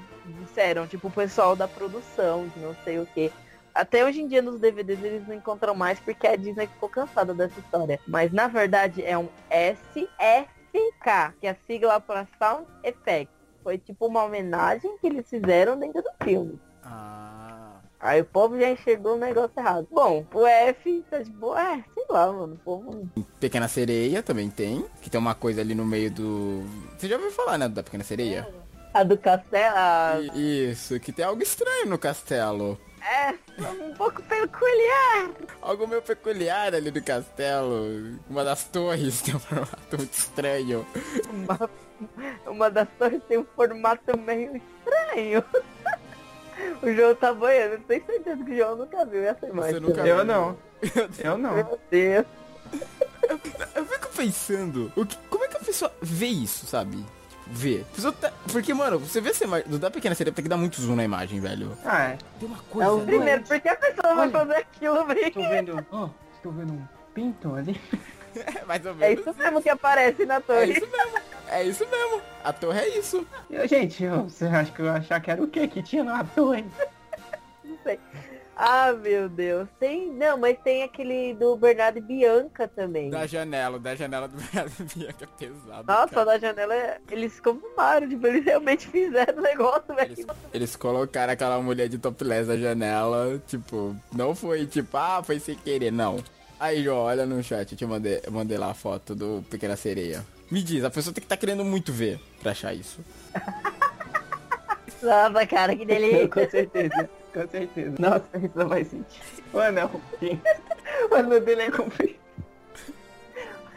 S3: disseram? Tipo, o pessoal da produção, de não sei o quê. Até hoje em dia nos DVDs eles não encontram mais porque a Disney ficou cansada dessa história. Mas na verdade é um SFK, que é a sigla pra Sound Effects. Foi tipo uma homenagem que eles fizeram dentro do filme.
S1: Ah.
S3: Aí o povo já enxergou o negócio errado. Bom, o F tá de boa, é, sei lá, mano. O povo.
S1: Pequena Sereia também tem. Que tem uma coisa ali no meio do. Você já ouviu falar, né? Da Pequena Sereia?
S3: A do castelo. a-
S1: I- Isso, que tem algo estranho no castelo.
S3: É, um pouco peculiar.
S1: Algo meio peculiar ali do castelo. Uma das torres tem um formato muito estranho.
S3: Uma, uma das torres tem um formato meio estranho. O João tá boiando. Eu tenho certeza que o João nunca viu essa imagem.
S1: nunca
S3: né?
S1: viu.
S2: Eu não. Eu não.
S3: Meu Deus. é
S1: Eu fico pensando, o que- como é que a pessoa vê isso, sabe? Tipo, Vê. A pessoa tá- Porque, mano, você vê essa imagem do da pequena sereia, tem que dar muito zoom na imagem, velho.
S2: Ah, é.
S1: Tem
S3: um
S1: uma coisa.
S2: É o
S1: né?
S3: Primeiro, por que a pessoa vai
S2: Olha.
S3: fazer aquilo,
S2: Estou
S3: brinca?
S2: vendo. Oh, estou vendo um pinto ali.
S1: É mais ou
S3: É
S1: menos.
S3: isso mesmo que aparece na
S1: É
S3: torre.
S1: isso mesmo. É isso mesmo. A torre é isso.
S2: Eu, gente, eu- você acha que eu ia achar que era o quê? Que tinha na torre?
S3: Não sei. Ah, meu Deus. Tem. Não, mas tem aquele do Bernardo e Bianca também.
S1: Da janela, da janela do Brasil, que é pesado.
S3: Nossa,
S1: cara.
S3: da janela é- eles confirmaram, tipo, eles realmente fizeram o negócio, velho.
S1: Eles, eles colocaram aquela mulher de topless na janela, tipo, não foi tipo, ah, foi sem querer, não. Aí, João, olha no chat, eu te mandei, eu mandei lá a foto do Pequena Sereia. Me diz, a pessoa tem que estar querendo muito ver pra achar isso.
S3: Nossa, cara, que delícia.
S2: com certeza, com certeza. Nossa, isso não faz sentido. O anel comprido. O anel dele é comprido.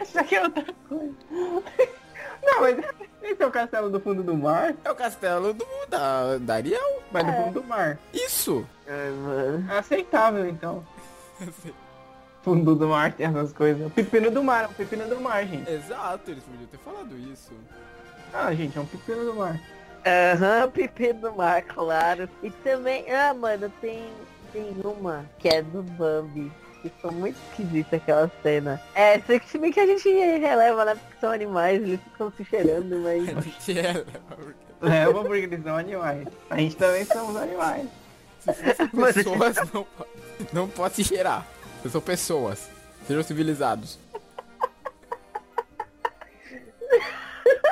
S2: Achar que é outra coisa. Não, mas esse é o castelo do fundo do mar?
S1: É o castelo do da, da Ariel.
S2: Mas do
S3: É.
S2: fundo do mar.
S1: Isso!
S3: Ai, mano.
S2: É aceitável, então. Fundo do mar tem essas coisas. O pepino do mar, o pepino do mar, gente.
S1: Exato, eles podiam ter falado isso.
S2: Ah, gente, é um pepino do mar.
S3: Aham, Pipi do Mar, claro. E também, ah, mano, tem, tem uma que é do Bambi. Que ficou muito esquisita aquela cena. É, se se bem que a gente releva, né? Porque são animais, eles ficam se cheirando, mas.
S1: Porque ela-
S2: Leva porque eles são animais. A gente também somos animais.
S3: Mas-
S1: pessoas não, po- não podem se cheirar. Eu sou pessoas. Sejam civilizados.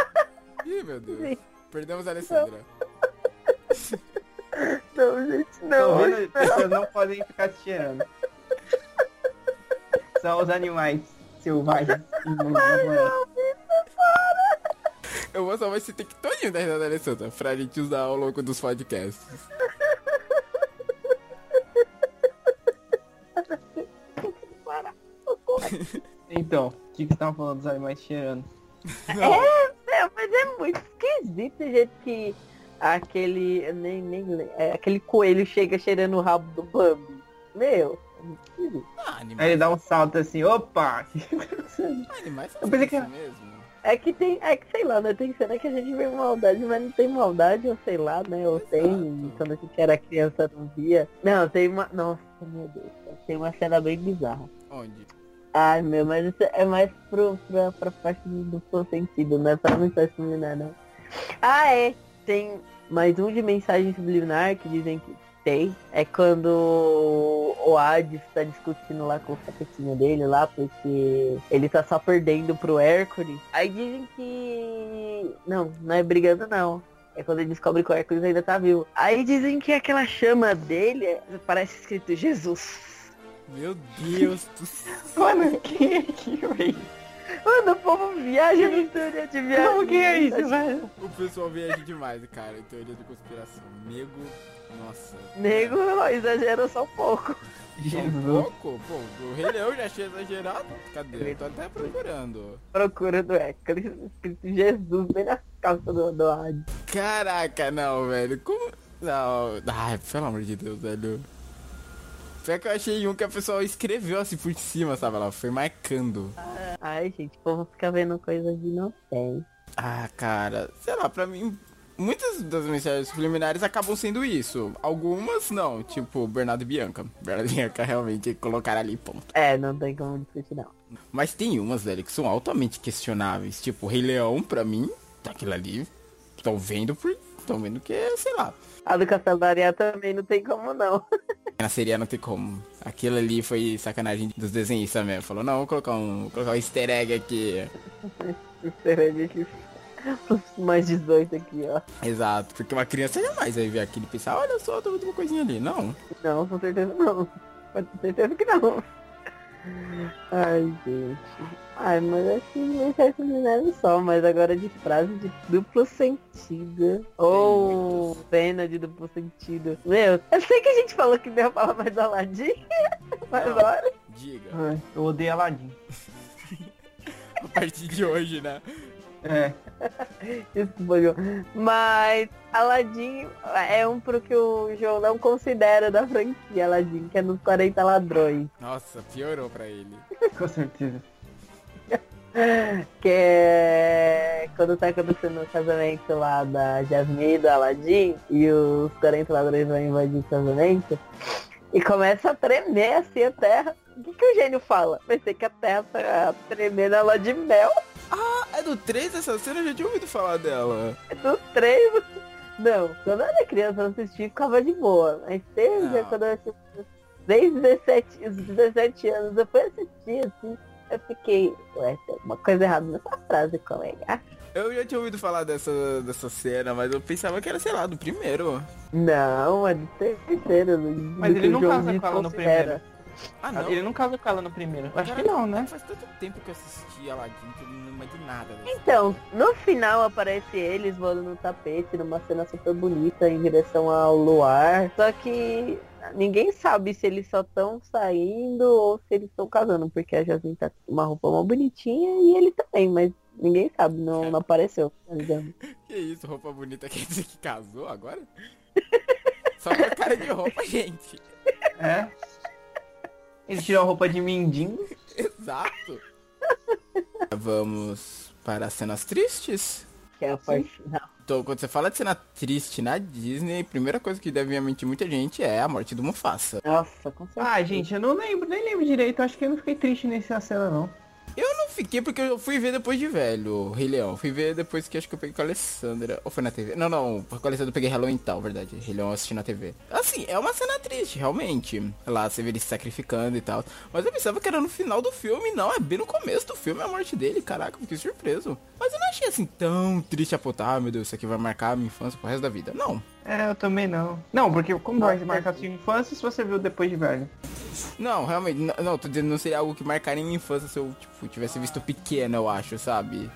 S1: Ih, meu Deus. Perdemos a Alessandra.
S3: Não, gente,
S2: Tô
S3: não.
S2: vendo, pessoas não podem ficar se cheirando. São os animais selvagens. imundos da floresta.
S1: Eu vou salvar esse tectoninho da risada da Alessandra pra gente usar ao longo dos podcasts.
S3: Para.
S2: Então, o que que estavam falando dos animais cheirando?
S3: É, mas é muito esquisito o jeito que aquele. eu Nem, nem, le- é, aquele coelho chega cheirando o rabo do Bambi. Meu, é muito esquisito.
S1: Ah, animais,
S2: Aí ele dá um salto assim, opa!
S1: animais são
S2: É, Eu pensei que
S1: assim mesmo.
S3: É que tem. É que sei lá, né? Tem cena que a gente vê maldade, mas não tem maldade, ou sei lá, né? Ou tem.
S1: Exato.
S3: Quando a gente era criança não via. Não, tem uma. Nossa, meu Deus. cara, Tem uma cena bem bizarra.
S1: Onde?
S3: Ai, meu, mas isso é mais pro, pra, pra parte do do seu sentido, né? Pra não estar subliminar, não. Ah, é. Tem mais um de mensagem subliminar que dizem que tem. É quando o Hades tá discutindo lá com o sapetinho dele lá, porque ele tá só perdendo pro Hércules. Aí dizem que... Não, não é brigando, não. É quando ele descobre que o Hércules ainda tá vivo. Aí dizem que aquela chama dele é- parece escrito Jesus.
S1: Meu Deus do céu.
S2: Mano, quem é que velho?
S3: Mano, o povo viaja no teoria de viagem.
S2: Como que é isso, velho?
S1: O pessoal viaja demais, cara. Em teoria de conspiração. Nego. Nossa.
S3: Nego exagera só um pouco.
S1: Um
S2: Jesus.
S1: pouco? Pô, o Rei Leão já achei exagerado. Cadê? Eu tô até procurando.
S3: Procura do Hércules, escrito Jesus bem nas calças do, do Hades.
S1: Caraca, não, velho. Como. Não. Ai, pelo amor de Deus, velho. Pior que eu achei um que a pessoa escreveu assim por cima, sabe? Ela foi marcando.
S3: Ai, gente, o povo fica vendo coisas de não tem.
S1: Ah, cara. Sei lá, pra mim. Muitas das mensagens subliminares acabam sendo isso. Algumas não, tipo Bernardo e Bianca. Bernardo e Bianca realmente colocaram ali ponto.
S3: É, não tem como discutir não.
S1: Mas tem umas, velho, que são altamente questionáveis. Tipo, Rei Leão, pra mim, tá aquilo ali. Estão vendo por. Estão vendo que, é, sei lá.
S3: A do Castelo da Areia também não tem como não.
S1: Na seria não tem como. Aquilo ali foi sacanagem dos desenhistas mesmo. Falou, não, vou colocar um. Vou colocar um easter egg aqui.
S3: Sinceramente, os mais 18 aqui, ó.
S1: Exato. Porque uma criança jamais vai ver aquilo e pensar, olha só, tô vendo uma coisinha ali. Não.
S3: Não, com certeza não. Pode ter certeza que não. Ai, gente. Ai, mas acho que mensagem subliminar é só, mas agora de frase de duplo sentido. Ou pena de duplo sentido. Meu, eu sei que a gente falou que não ia falar mais do Aladdin, mas
S1: Não.
S3: olha.
S1: Diga.
S2: Ai, Eu odeio Aladdin.
S1: A partir de hoje, né?
S2: É,
S3: Desculpa, João. Mas Aladdin é um pro que o João não considera da franquia Aladdin, que é nos 40 ladrões.
S1: Nossa, piorou pra ele.
S2: com certeza.
S3: Que é quando tá acontecendo o casamento lá da Jasmine e do Aladdin e os 40 ladrões vão invadir o casamento e começa a tremer assim a terra. O que, que o gênio fala? Pensei que a terra tá tremendo a lua de mel
S1: Ah, é do 3 essa cena? Eu já tinha ouvido falar dela.
S3: do treino. é Não, quando eu era criança eu assisti e ficava de boa. Mas desde
S1: Não.
S3: quando eu tinha desde 17, os 17 anos, eu fui assistir assim, eu fiquei, ué, tem alguma coisa errada nessa frase, ah, colega.
S1: Eu já tinha ouvido falar dessa, dessa cena, mas eu pensava que era, sei lá, do primeiro.
S3: Não, é do terceiro. do-
S2: Mas
S3: do
S2: ele
S3: que
S2: não
S3: o João
S2: casa
S3: Vitor
S2: com ela no
S3: considera.
S1: Ah, não.
S2: Ele não casou com ela no primeiro. Eu Acho que
S1: Caraca,
S2: não, né?
S1: Faz tanto tempo que eu assisti Aladdin que eu não lembro de nada. né? dessa
S3: Então, no final aparece eles voando no tapete, numa cena super bonita em direção ao luar. Só que ninguém sabe se eles só estão saindo ou se eles estão casando, porque a Jasmine tá com uma roupa mó bonitinha e ele também, mas ninguém sabe, não, não apareceu. tá ligado?
S1: Que isso, roupa bonita quer dizer que casou agora? Só por cara de roupa, gente.
S2: É. Ele tirou a roupa de mendigo.
S1: Exato. Vamos para as cenas tristes?
S4: que é a parte final.
S1: Então, quando você fala de cena triste na Disney, a primeira coisa que deve vir à mente de muita gente é a morte do Mufasa.
S4: Nossa, com certeza.
S2: Ah, gente, eu não lembro, nem lembro direito. Acho que eu não fiquei triste nessa cena, não.
S1: Eu não fiquei porque eu fui ver depois de velho, o Rei Leão. Fui ver depois que acho que eu peguei com a Alessandra. Ou foi na TV? Não, não, com a Alessandra eu peguei Halloween tal, verdade. Rei Leão eu assisti na TV. Assim, é uma cena triste, realmente. Lá você vê ele se sacrificando e tal. Mas eu pensava que era no final do filme, não. É bem no começo do filme a morte dele. Caraca, eu fiquei surpreso. Mas eu não achei assim tão triste a ponto. Ah, meu Deus, isso aqui vai marcar a minha infância pro resto da vida. Não.
S2: É, eu também não. Não, porque como
S3: é
S2: vai marcar sua infância se você viu depois de velho?
S1: Não, realmente, n- não, tô dizendo, não seria algo que marcaria minha infância se eu, tipo, tivesse visto pequeno, eu acho, sabe?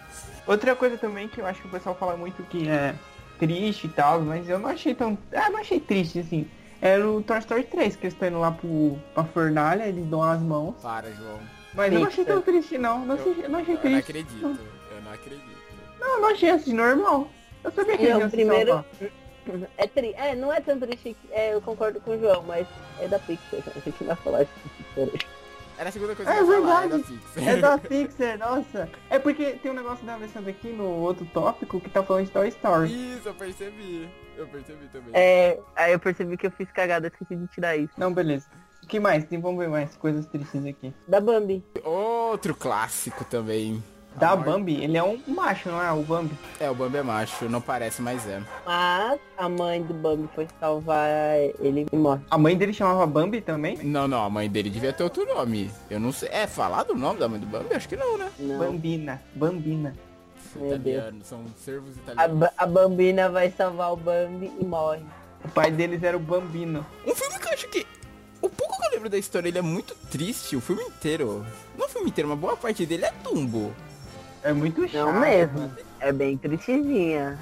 S2: Outra coisa também que eu acho que o pessoal fala muito que é triste e tal, mas eu não achei tão. Ah, não achei triste, assim. Era o Toy Story 3, que eles estão indo lá pro, pra fornalha, eles dão as mãos.
S1: Para, João.
S2: Mas eu não achei tão triste, não. Não,
S1: Eu-
S2: achei, eu não achei
S1: Eu não
S2: triste.
S1: acredito, eu não acredito.
S2: Não, eu não achei assim, normal. Eu sabia que
S3: É,
S2: eles
S3: o
S2: iam se
S3: primeiro-
S2: salvar.
S3: É, tri... é, não é tão triste, que- é, eu concordo com o João, mas é da Pixar, a gente vai falar disso.
S1: Era a segunda coisa
S2: É
S1: que eu ia falar,
S2: verdade.
S1: é da Pix.
S2: É da Pixar, nossa. É porque tem um negócio da Alessandra aqui no outro tópico que tá falando de Toy Story.
S1: Isso, eu percebi. Eu percebi também.
S3: É, aí eu percebi que eu fiz cagada, esqueci de tirar isso.
S2: Não, beleza. O que mais? Tem, vamos ver mais coisas tristes aqui.
S3: Da Bambi.
S2: É.
S1: Outro clássico também.
S2: Da
S1: A morte-
S2: Bambi, ele é um macho, não é? O Bambi.
S1: É, o Bambi é macho, não parece, mas é.
S3: Mas a mãe do Bambi foi salvar ele e morre.
S2: A mãe dele chamava Bambi também?
S1: Não, não, a mãe dele devia ter outro nome. Eu não sei. É falado o nome da mãe do Bambi? Acho que não, né?
S3: Não,
S2: Bambina, Bambina.
S3: meu Deus.
S1: Italiano, são servos
S3: A,
S1: italianos.
S3: ba- a Bambina vai salvar o Bambi e morre.
S2: O pai deles era o Bambino.
S1: Um filme que eu acho que. O pouco que eu lembro da história, ele é muito triste, o filme inteiro. Não o filme inteiro, uma boa parte dele é Dumbo.
S2: É muito chato.
S3: Não mesmo.
S2: mano.
S3: É bem tristezinha.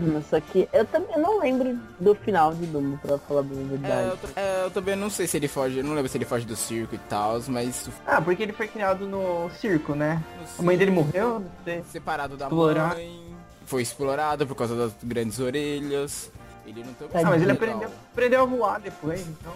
S3: Hum, Só que eu também eu não lembro do final de Dumbo, pra falar bem a
S1: É,
S3: verdade.
S1: eu, ta- é, eu também não sei se ele foge, eu não lembro se ele foge do circo e tal, mas. o-
S2: Ah, porque ele foi criado no circo, né? A mãe dele morreu? Não sei.
S1: separado da
S2: Explorar.
S1: mãe. Foi explorado por causa das grandes orelhas. Ele não tem
S3: Ah,
S2: Ah, mas ele
S1: Legal.
S2: aprendeu, aprendeu a voar depois, então.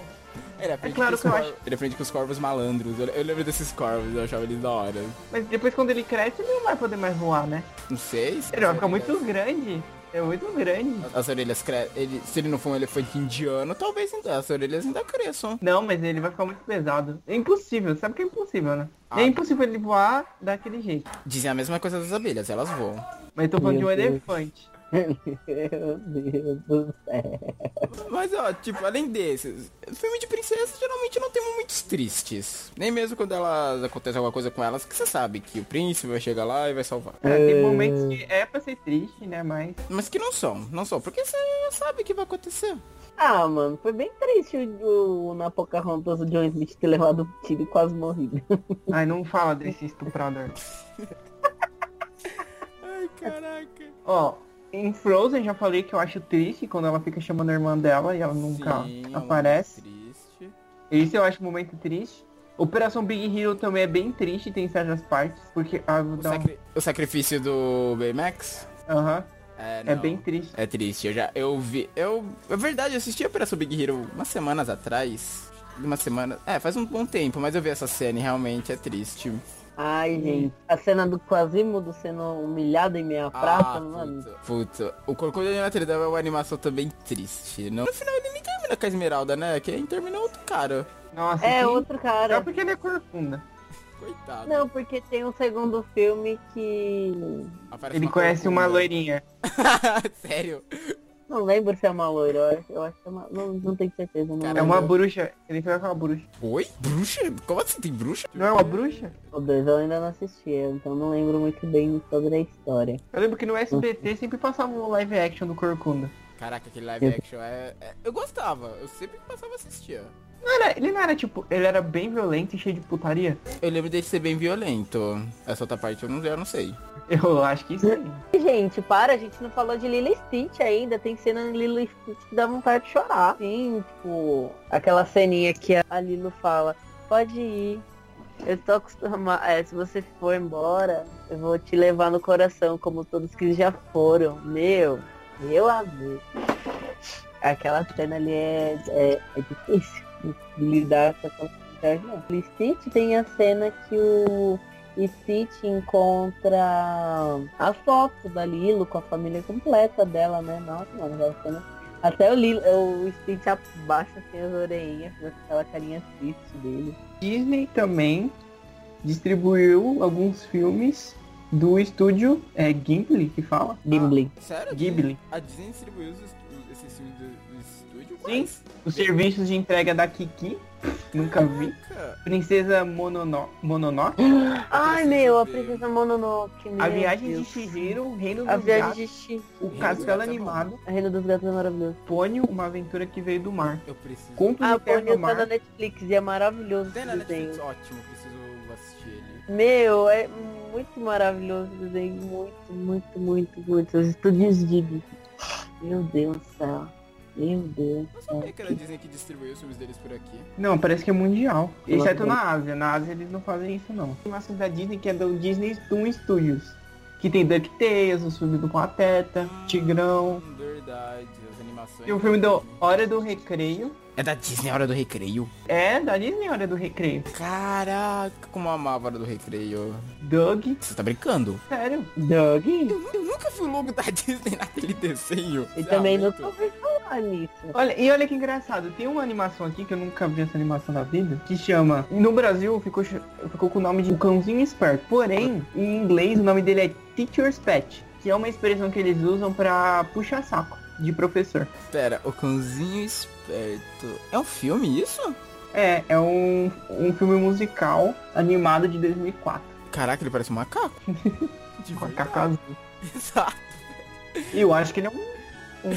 S1: Ele aprende,
S2: É claro
S1: com os
S2: que eu
S1: cor-
S2: acho-
S1: ele aprende com os corvos malandros. Eu, eu lembro desses corvos, eu achava eles da hora.
S2: Mas depois quando ele cresce, ele não vai poder mais voar, né?
S1: Não sei. se
S2: Ele vai
S1: as
S2: ficar
S1: orelhas-
S2: muito grande. É muito grande.
S1: As orelhas crescem. Ele, se ele não for um elefante indiano, talvez ainda, as orelhas ainda cresçam.
S2: Não, mas ele vai ficar muito pesado. É impossível, sabe que é impossível, né?
S1: Ah.
S2: É impossível ele voar daquele jeito.
S1: Dizem a mesma coisa das abelhas, elas voam.
S2: Mas tô falando
S4: Meu
S2: de um
S4: Deus.
S2: elefante.
S3: É.
S4: Meu Deus do céu.
S1: Mas ó, tipo, além desses, filme de princesa geralmente não tem momentos tristes. Nem mesmo quando elas acontece alguma coisa com elas, que você sabe que o príncipe vai chegar lá e vai salvar.
S2: É, tem momentos que é pra ser triste, né? Mas.
S1: Mas que não são, não são, porque você sabe que vai acontecer.
S3: Ah, mano, foi bem triste o, o na Pocahontas o John Smith ter levado um tiro e quase morrido.
S2: Ai, não fala desse estuprador.
S1: Ai, caraca.
S2: Ó, em Frozen já falei que eu acho triste quando ela fica chamando a irmã dela e ela nunca aparece.
S1: é um Triste.
S2: Isso eu acho um momento triste. Operação Big Hero também é bem triste, tem certas partes, porque. Ah, eu vou
S1: O,
S2: dar um-
S1: sacri- o sacrifício do Baymax
S2: Aham,
S1: é,
S2: é
S1: não.
S2: bem triste.
S1: É triste, eu já. Eu vi. Eu. É verdade, eu assisti a Operação Big Hero umas semanas atrás. Uma semana. É, faz um bom tempo, mas eu vi essa cena e realmente é triste.
S3: Ai, gente. A cena do Quasimodo sendo humilhado em
S2: Ah,
S3: meia praça, mano.
S1: puta, puta. Ah, O Corcunda de Notre Dame é uma animação também triste. Não... No final ele nem termina com a Esmeralda, né? Quem termina é outro cara.
S2: Nossa,
S3: É
S2: sim.
S3: outro
S2: Só
S3: cara.
S2: porque ele é corcunda.
S1: Coitado.
S3: Não, porque tem um segundo filme que.
S1: Aparece
S2: Ele conhece uma
S1: corcunda.
S2: loirinha.
S1: Sério?
S3: Não lembro se é uma loira, eu acho- eu acho que é uma. Não, não tenho certeza, não.
S1: Cara,
S2: É uma
S1: Caralho.
S2: bruxa. Ele fica com uma bruxa.
S1: Oi? Bruxa? Como assim? Tem bruxa?
S2: Não é uma bruxa?
S3: O dois eu ainda não assisti, então não lembro muito bem sobre a história.
S2: Eu lembro que no SBT sempre passava um live action do Corcunda.
S1: Caraca, aquele live action é... é- Eu gostava, eu sempre passava a assistir.
S2: Não era, ele não era tipo, ele era bem violento e cheio de putaria?
S1: Eu lembro dele ser bem violento. Essa outra parte eu não, eu não sei.
S2: Eu acho que sim.
S3: Gente, para, a gente não falou de Lily Stitch ainda. Tem cena em Lily Stitch que dá vontade de chorar. Sim, tipo, aquela ceninha que a Lilo fala, pode ir. Eu tô acostumada. É, se você for embora, eu vou te levar no coração, como todos que já foram. Meu, meu amor. Aquela cena ali é, é, é difícil de lidar com aquela realidade, não. Lily Stitch tem a cena que o E City encontra a foto da Lilo com a família completa dela, né? Nossa, mano, aquela cena. um- Até o Lilo, o Stitch abaixa assim as orelhinhas, com aquela carinha triste dele.
S2: Disney também distribuiu alguns filmes do estúdio é, Gimli, que fala?
S3: Gimli.
S1: Sério?
S2: Ghibli.
S1: A Disney distribuiu os estu- esses filmes do, do estúdio?
S2: Sim.
S1: Mas,
S2: Os serviços de entrega da Kiki, nunca vi.
S1: Caraca.
S2: Princesa Monono, Mononoke,
S3: Ai, meu, a princesa Mononoke, meu
S2: A Viagem
S3: Deus.
S2: de Shihiro, o Reino
S3: A
S2: dos
S3: viagem
S2: Gatos,
S3: de Chi.
S2: o
S1: Reino
S2: Castelo
S1: dos Gatos é bom.
S2: Animado,
S3: A Reino dos Gatos é maravilhoso.
S2: Pônio, Uma Aventura que Veio do Mar.
S1: Eu preciso.
S2: Contos
S3: Ah,
S2: do Eterno
S3: Pony tá na
S2: Mar,
S3: Netflix e é maravilhoso
S1: Tem
S3: esse
S1: na Netflix?
S3: desenho.
S1: Ótimo, preciso assistir ele.
S3: Meu, é muito maravilhoso esse desenho. Muito, muito, muito, muito. Os estúdios Ghibli. Meu Deus do céu. Meu Deus do
S1: Não
S3: céu.
S1: sabia que era a Disney que distribuiu os filmes deles por aqui.
S2: Não, parece que é mundial.
S4: Pela
S2: Exceto
S4: boca.
S2: na Ásia. Na Ásia eles não fazem isso não. Tem uma da Disney que é do Disney Toon Studios. Que tem DuckTales, o filme do Pateta, É, Tigrão.
S1: Hum, Verdade, as animações.
S2: Tem o filme do Hora do Recreio.
S1: É da Disney Hora do Recreio?
S2: É, da Disney Hora do Recreio.
S1: Caraca, como eu amava a Hora do Recreio.
S2: Doug,
S1: Você tá brincando?
S2: sério.
S4: Doug?
S1: Eu, eu nunca vi o logo da Disney naquele desenho.
S3: E também
S1: não
S3: nunca ouvi falar nisso.
S2: Olha, e olha que engraçado, tem uma animação aqui que eu nunca vi essa animação na vida, que chama. No Brasil ficou, ch- ficou com o nome de O Cãozinho Esperto. Porém, em inglês o nome dele é Teacher's Pet, que é uma expressão que eles usam pra puxar saco de professor.
S1: Pera, o cãozinho esperto. É um filme isso?
S2: É, é um, um filme musical animado de 2004.
S1: Caraca, ele parece um macaco. De
S2: Com a
S1: verdade.
S2: Cacá azul.
S1: Exato.
S2: E eu acho que ele é um,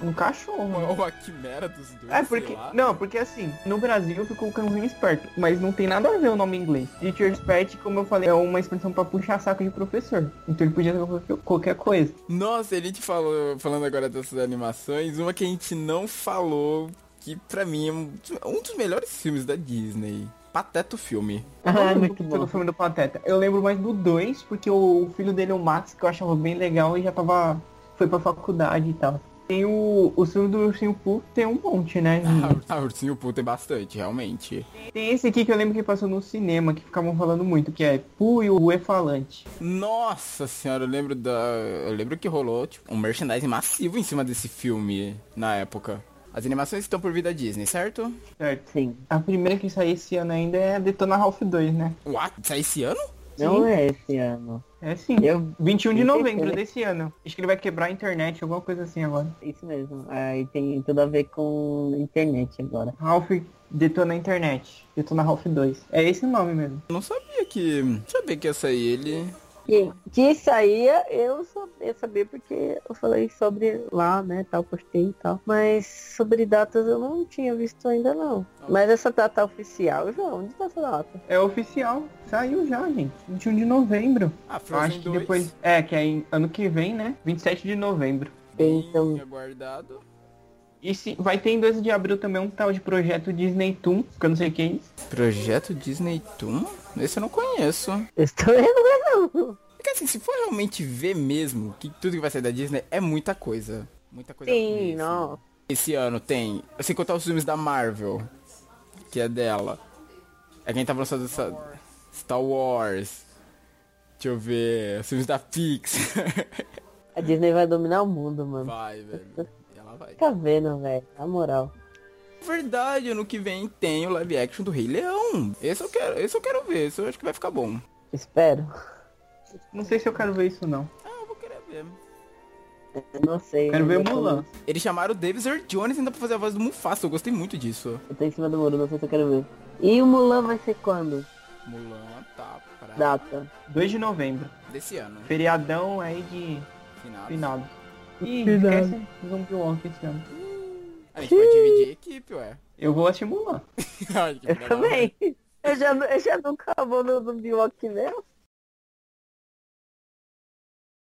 S2: um, um cachorro.
S1: Ou a quimera é dos dois. sei
S2: É porque.
S1: lá.
S2: Não, porque assim, no Brasil ficou o cãozinho esperto, mas não tem nada a ver o nome em inglês. Teacher Pet, como eu falei, é uma expressão pra puxar saco de professor. Então ele podia ser qualquer- qualquer coisa.
S1: Nossa, a gente falou, falando agora dessas animações, uma que a gente não falou, que pra mim é um dos- um dos melhores filmes da Disney. Pateta o filme.
S3: Ah,
S2: Eu não
S3: muito
S2: lembro do
S3: bom.
S2: filme do Pateta. Eu lembro mais do 2, porque o, o filho dele, o Max, que eu achava bem legal e já tava. Foi pra faculdade e tal. Tem o. O filme do Ursinho Pooh tem um monte, né?
S1: Ah, o Ursinho Pooh tem bastante, realmente.
S2: Tem esse aqui que eu lembro que passou no cinema, que ficavam falando muito, que é Pooh e o E falante.
S1: Nossa senhora, eu lembro da. Eu lembro que rolou tipo, um merchandising massivo em cima desse filme na época. As animações estão por vir da Disney, certo?
S2: Certo.
S3: Sim.
S2: A primeira que sair esse ano ainda é Detona Ralph 2, né?
S1: What? Sai esse ano?
S4: Não
S2: Sim.
S4: é esse ano.
S2: É sim.
S4: Eu,
S2: 21 de
S4: Sim,
S2: novembro
S4: sim.
S2: desse ano. Acho que ele vai quebrar a internet, alguma coisa assim agora.
S4: isso mesmo. Aí tem tudo a ver com internet agora.
S2: Ralph detona a internet. Detona Ralph 2. É esse o nome mesmo.
S1: Não sabia que. Sabia que ia sair ele.
S3: Que, que saía, eu sabia, sabia porque eu falei sobre lá, né, tal, postei e tal. Mas sobre datas eu não tinha visto ainda não. Mas essa data oficial, João, onde tá essa data?
S2: É oficial. Saiu já, gente. 21 de novembro.
S1: Ah,
S2: Eu
S1: Frozen
S2: acho que
S1: 2,
S2: depois. É, que é em- ano que vem, né? 27 de novembro.
S1: bem
S3: Então-
S1: aguardado.
S2: E se... vai ter em 12 de abril também um tal de projeto Disney Toon, que eu não sei quem. é
S1: Projeto Disney Toon? Esse eu não conheço.
S3: Eu estou vendo né, não.
S1: Porque assim, se for realmente ver mesmo que tudo que vai sair da Disney é muita coisa. Muita coisa
S3: Sim,
S1: mesmo.
S3: não.
S1: Esse ano tem, sem contar os filmes da Marvel, que é dela. É quem tá lançando essa Star Wars. Deixa eu ver, os filmes da Pix.
S3: A Disney vai dominar o mundo, mano.
S1: vai, velho. Ela vai. É
S3: Fica vendo, velho. Na moral.
S1: Verdade, ano que vem tem o live action do Rei Leão. Esse eu quero, esse eu quero ver, esse eu acho que vai ficar bom.
S3: Espero.
S2: Não sei se eu quero ver isso não.
S1: Ah, eu vou querer ver.
S3: Eu não sei.
S2: Quero ver
S3: eu tô-
S2: Mulan.
S1: Eles chamaram o Davis Earl Jones ainda pra fazer a voz do Mufasa, eu gostei muito disso.
S3: Eu tô em cima do muro, não sei se eu quero ver. E o Mulan vai ser quando?
S1: Mulan tá pra...
S3: Data.
S2: 2 de novembro.
S1: Desse ano,
S2: Feriadão aí de
S1: final.
S2: finado. Ih,
S3: Finado.
S2: esquece Zumbi Walk esse ano.
S1: A gente pode dividir a equipe, ué.
S2: Eu vou assistir Mulan.
S1: Ai, que
S3: Eu
S1: filha da mãe.
S3: também. Eu já, eu já nunca vou no, né? no Biwok mesmo.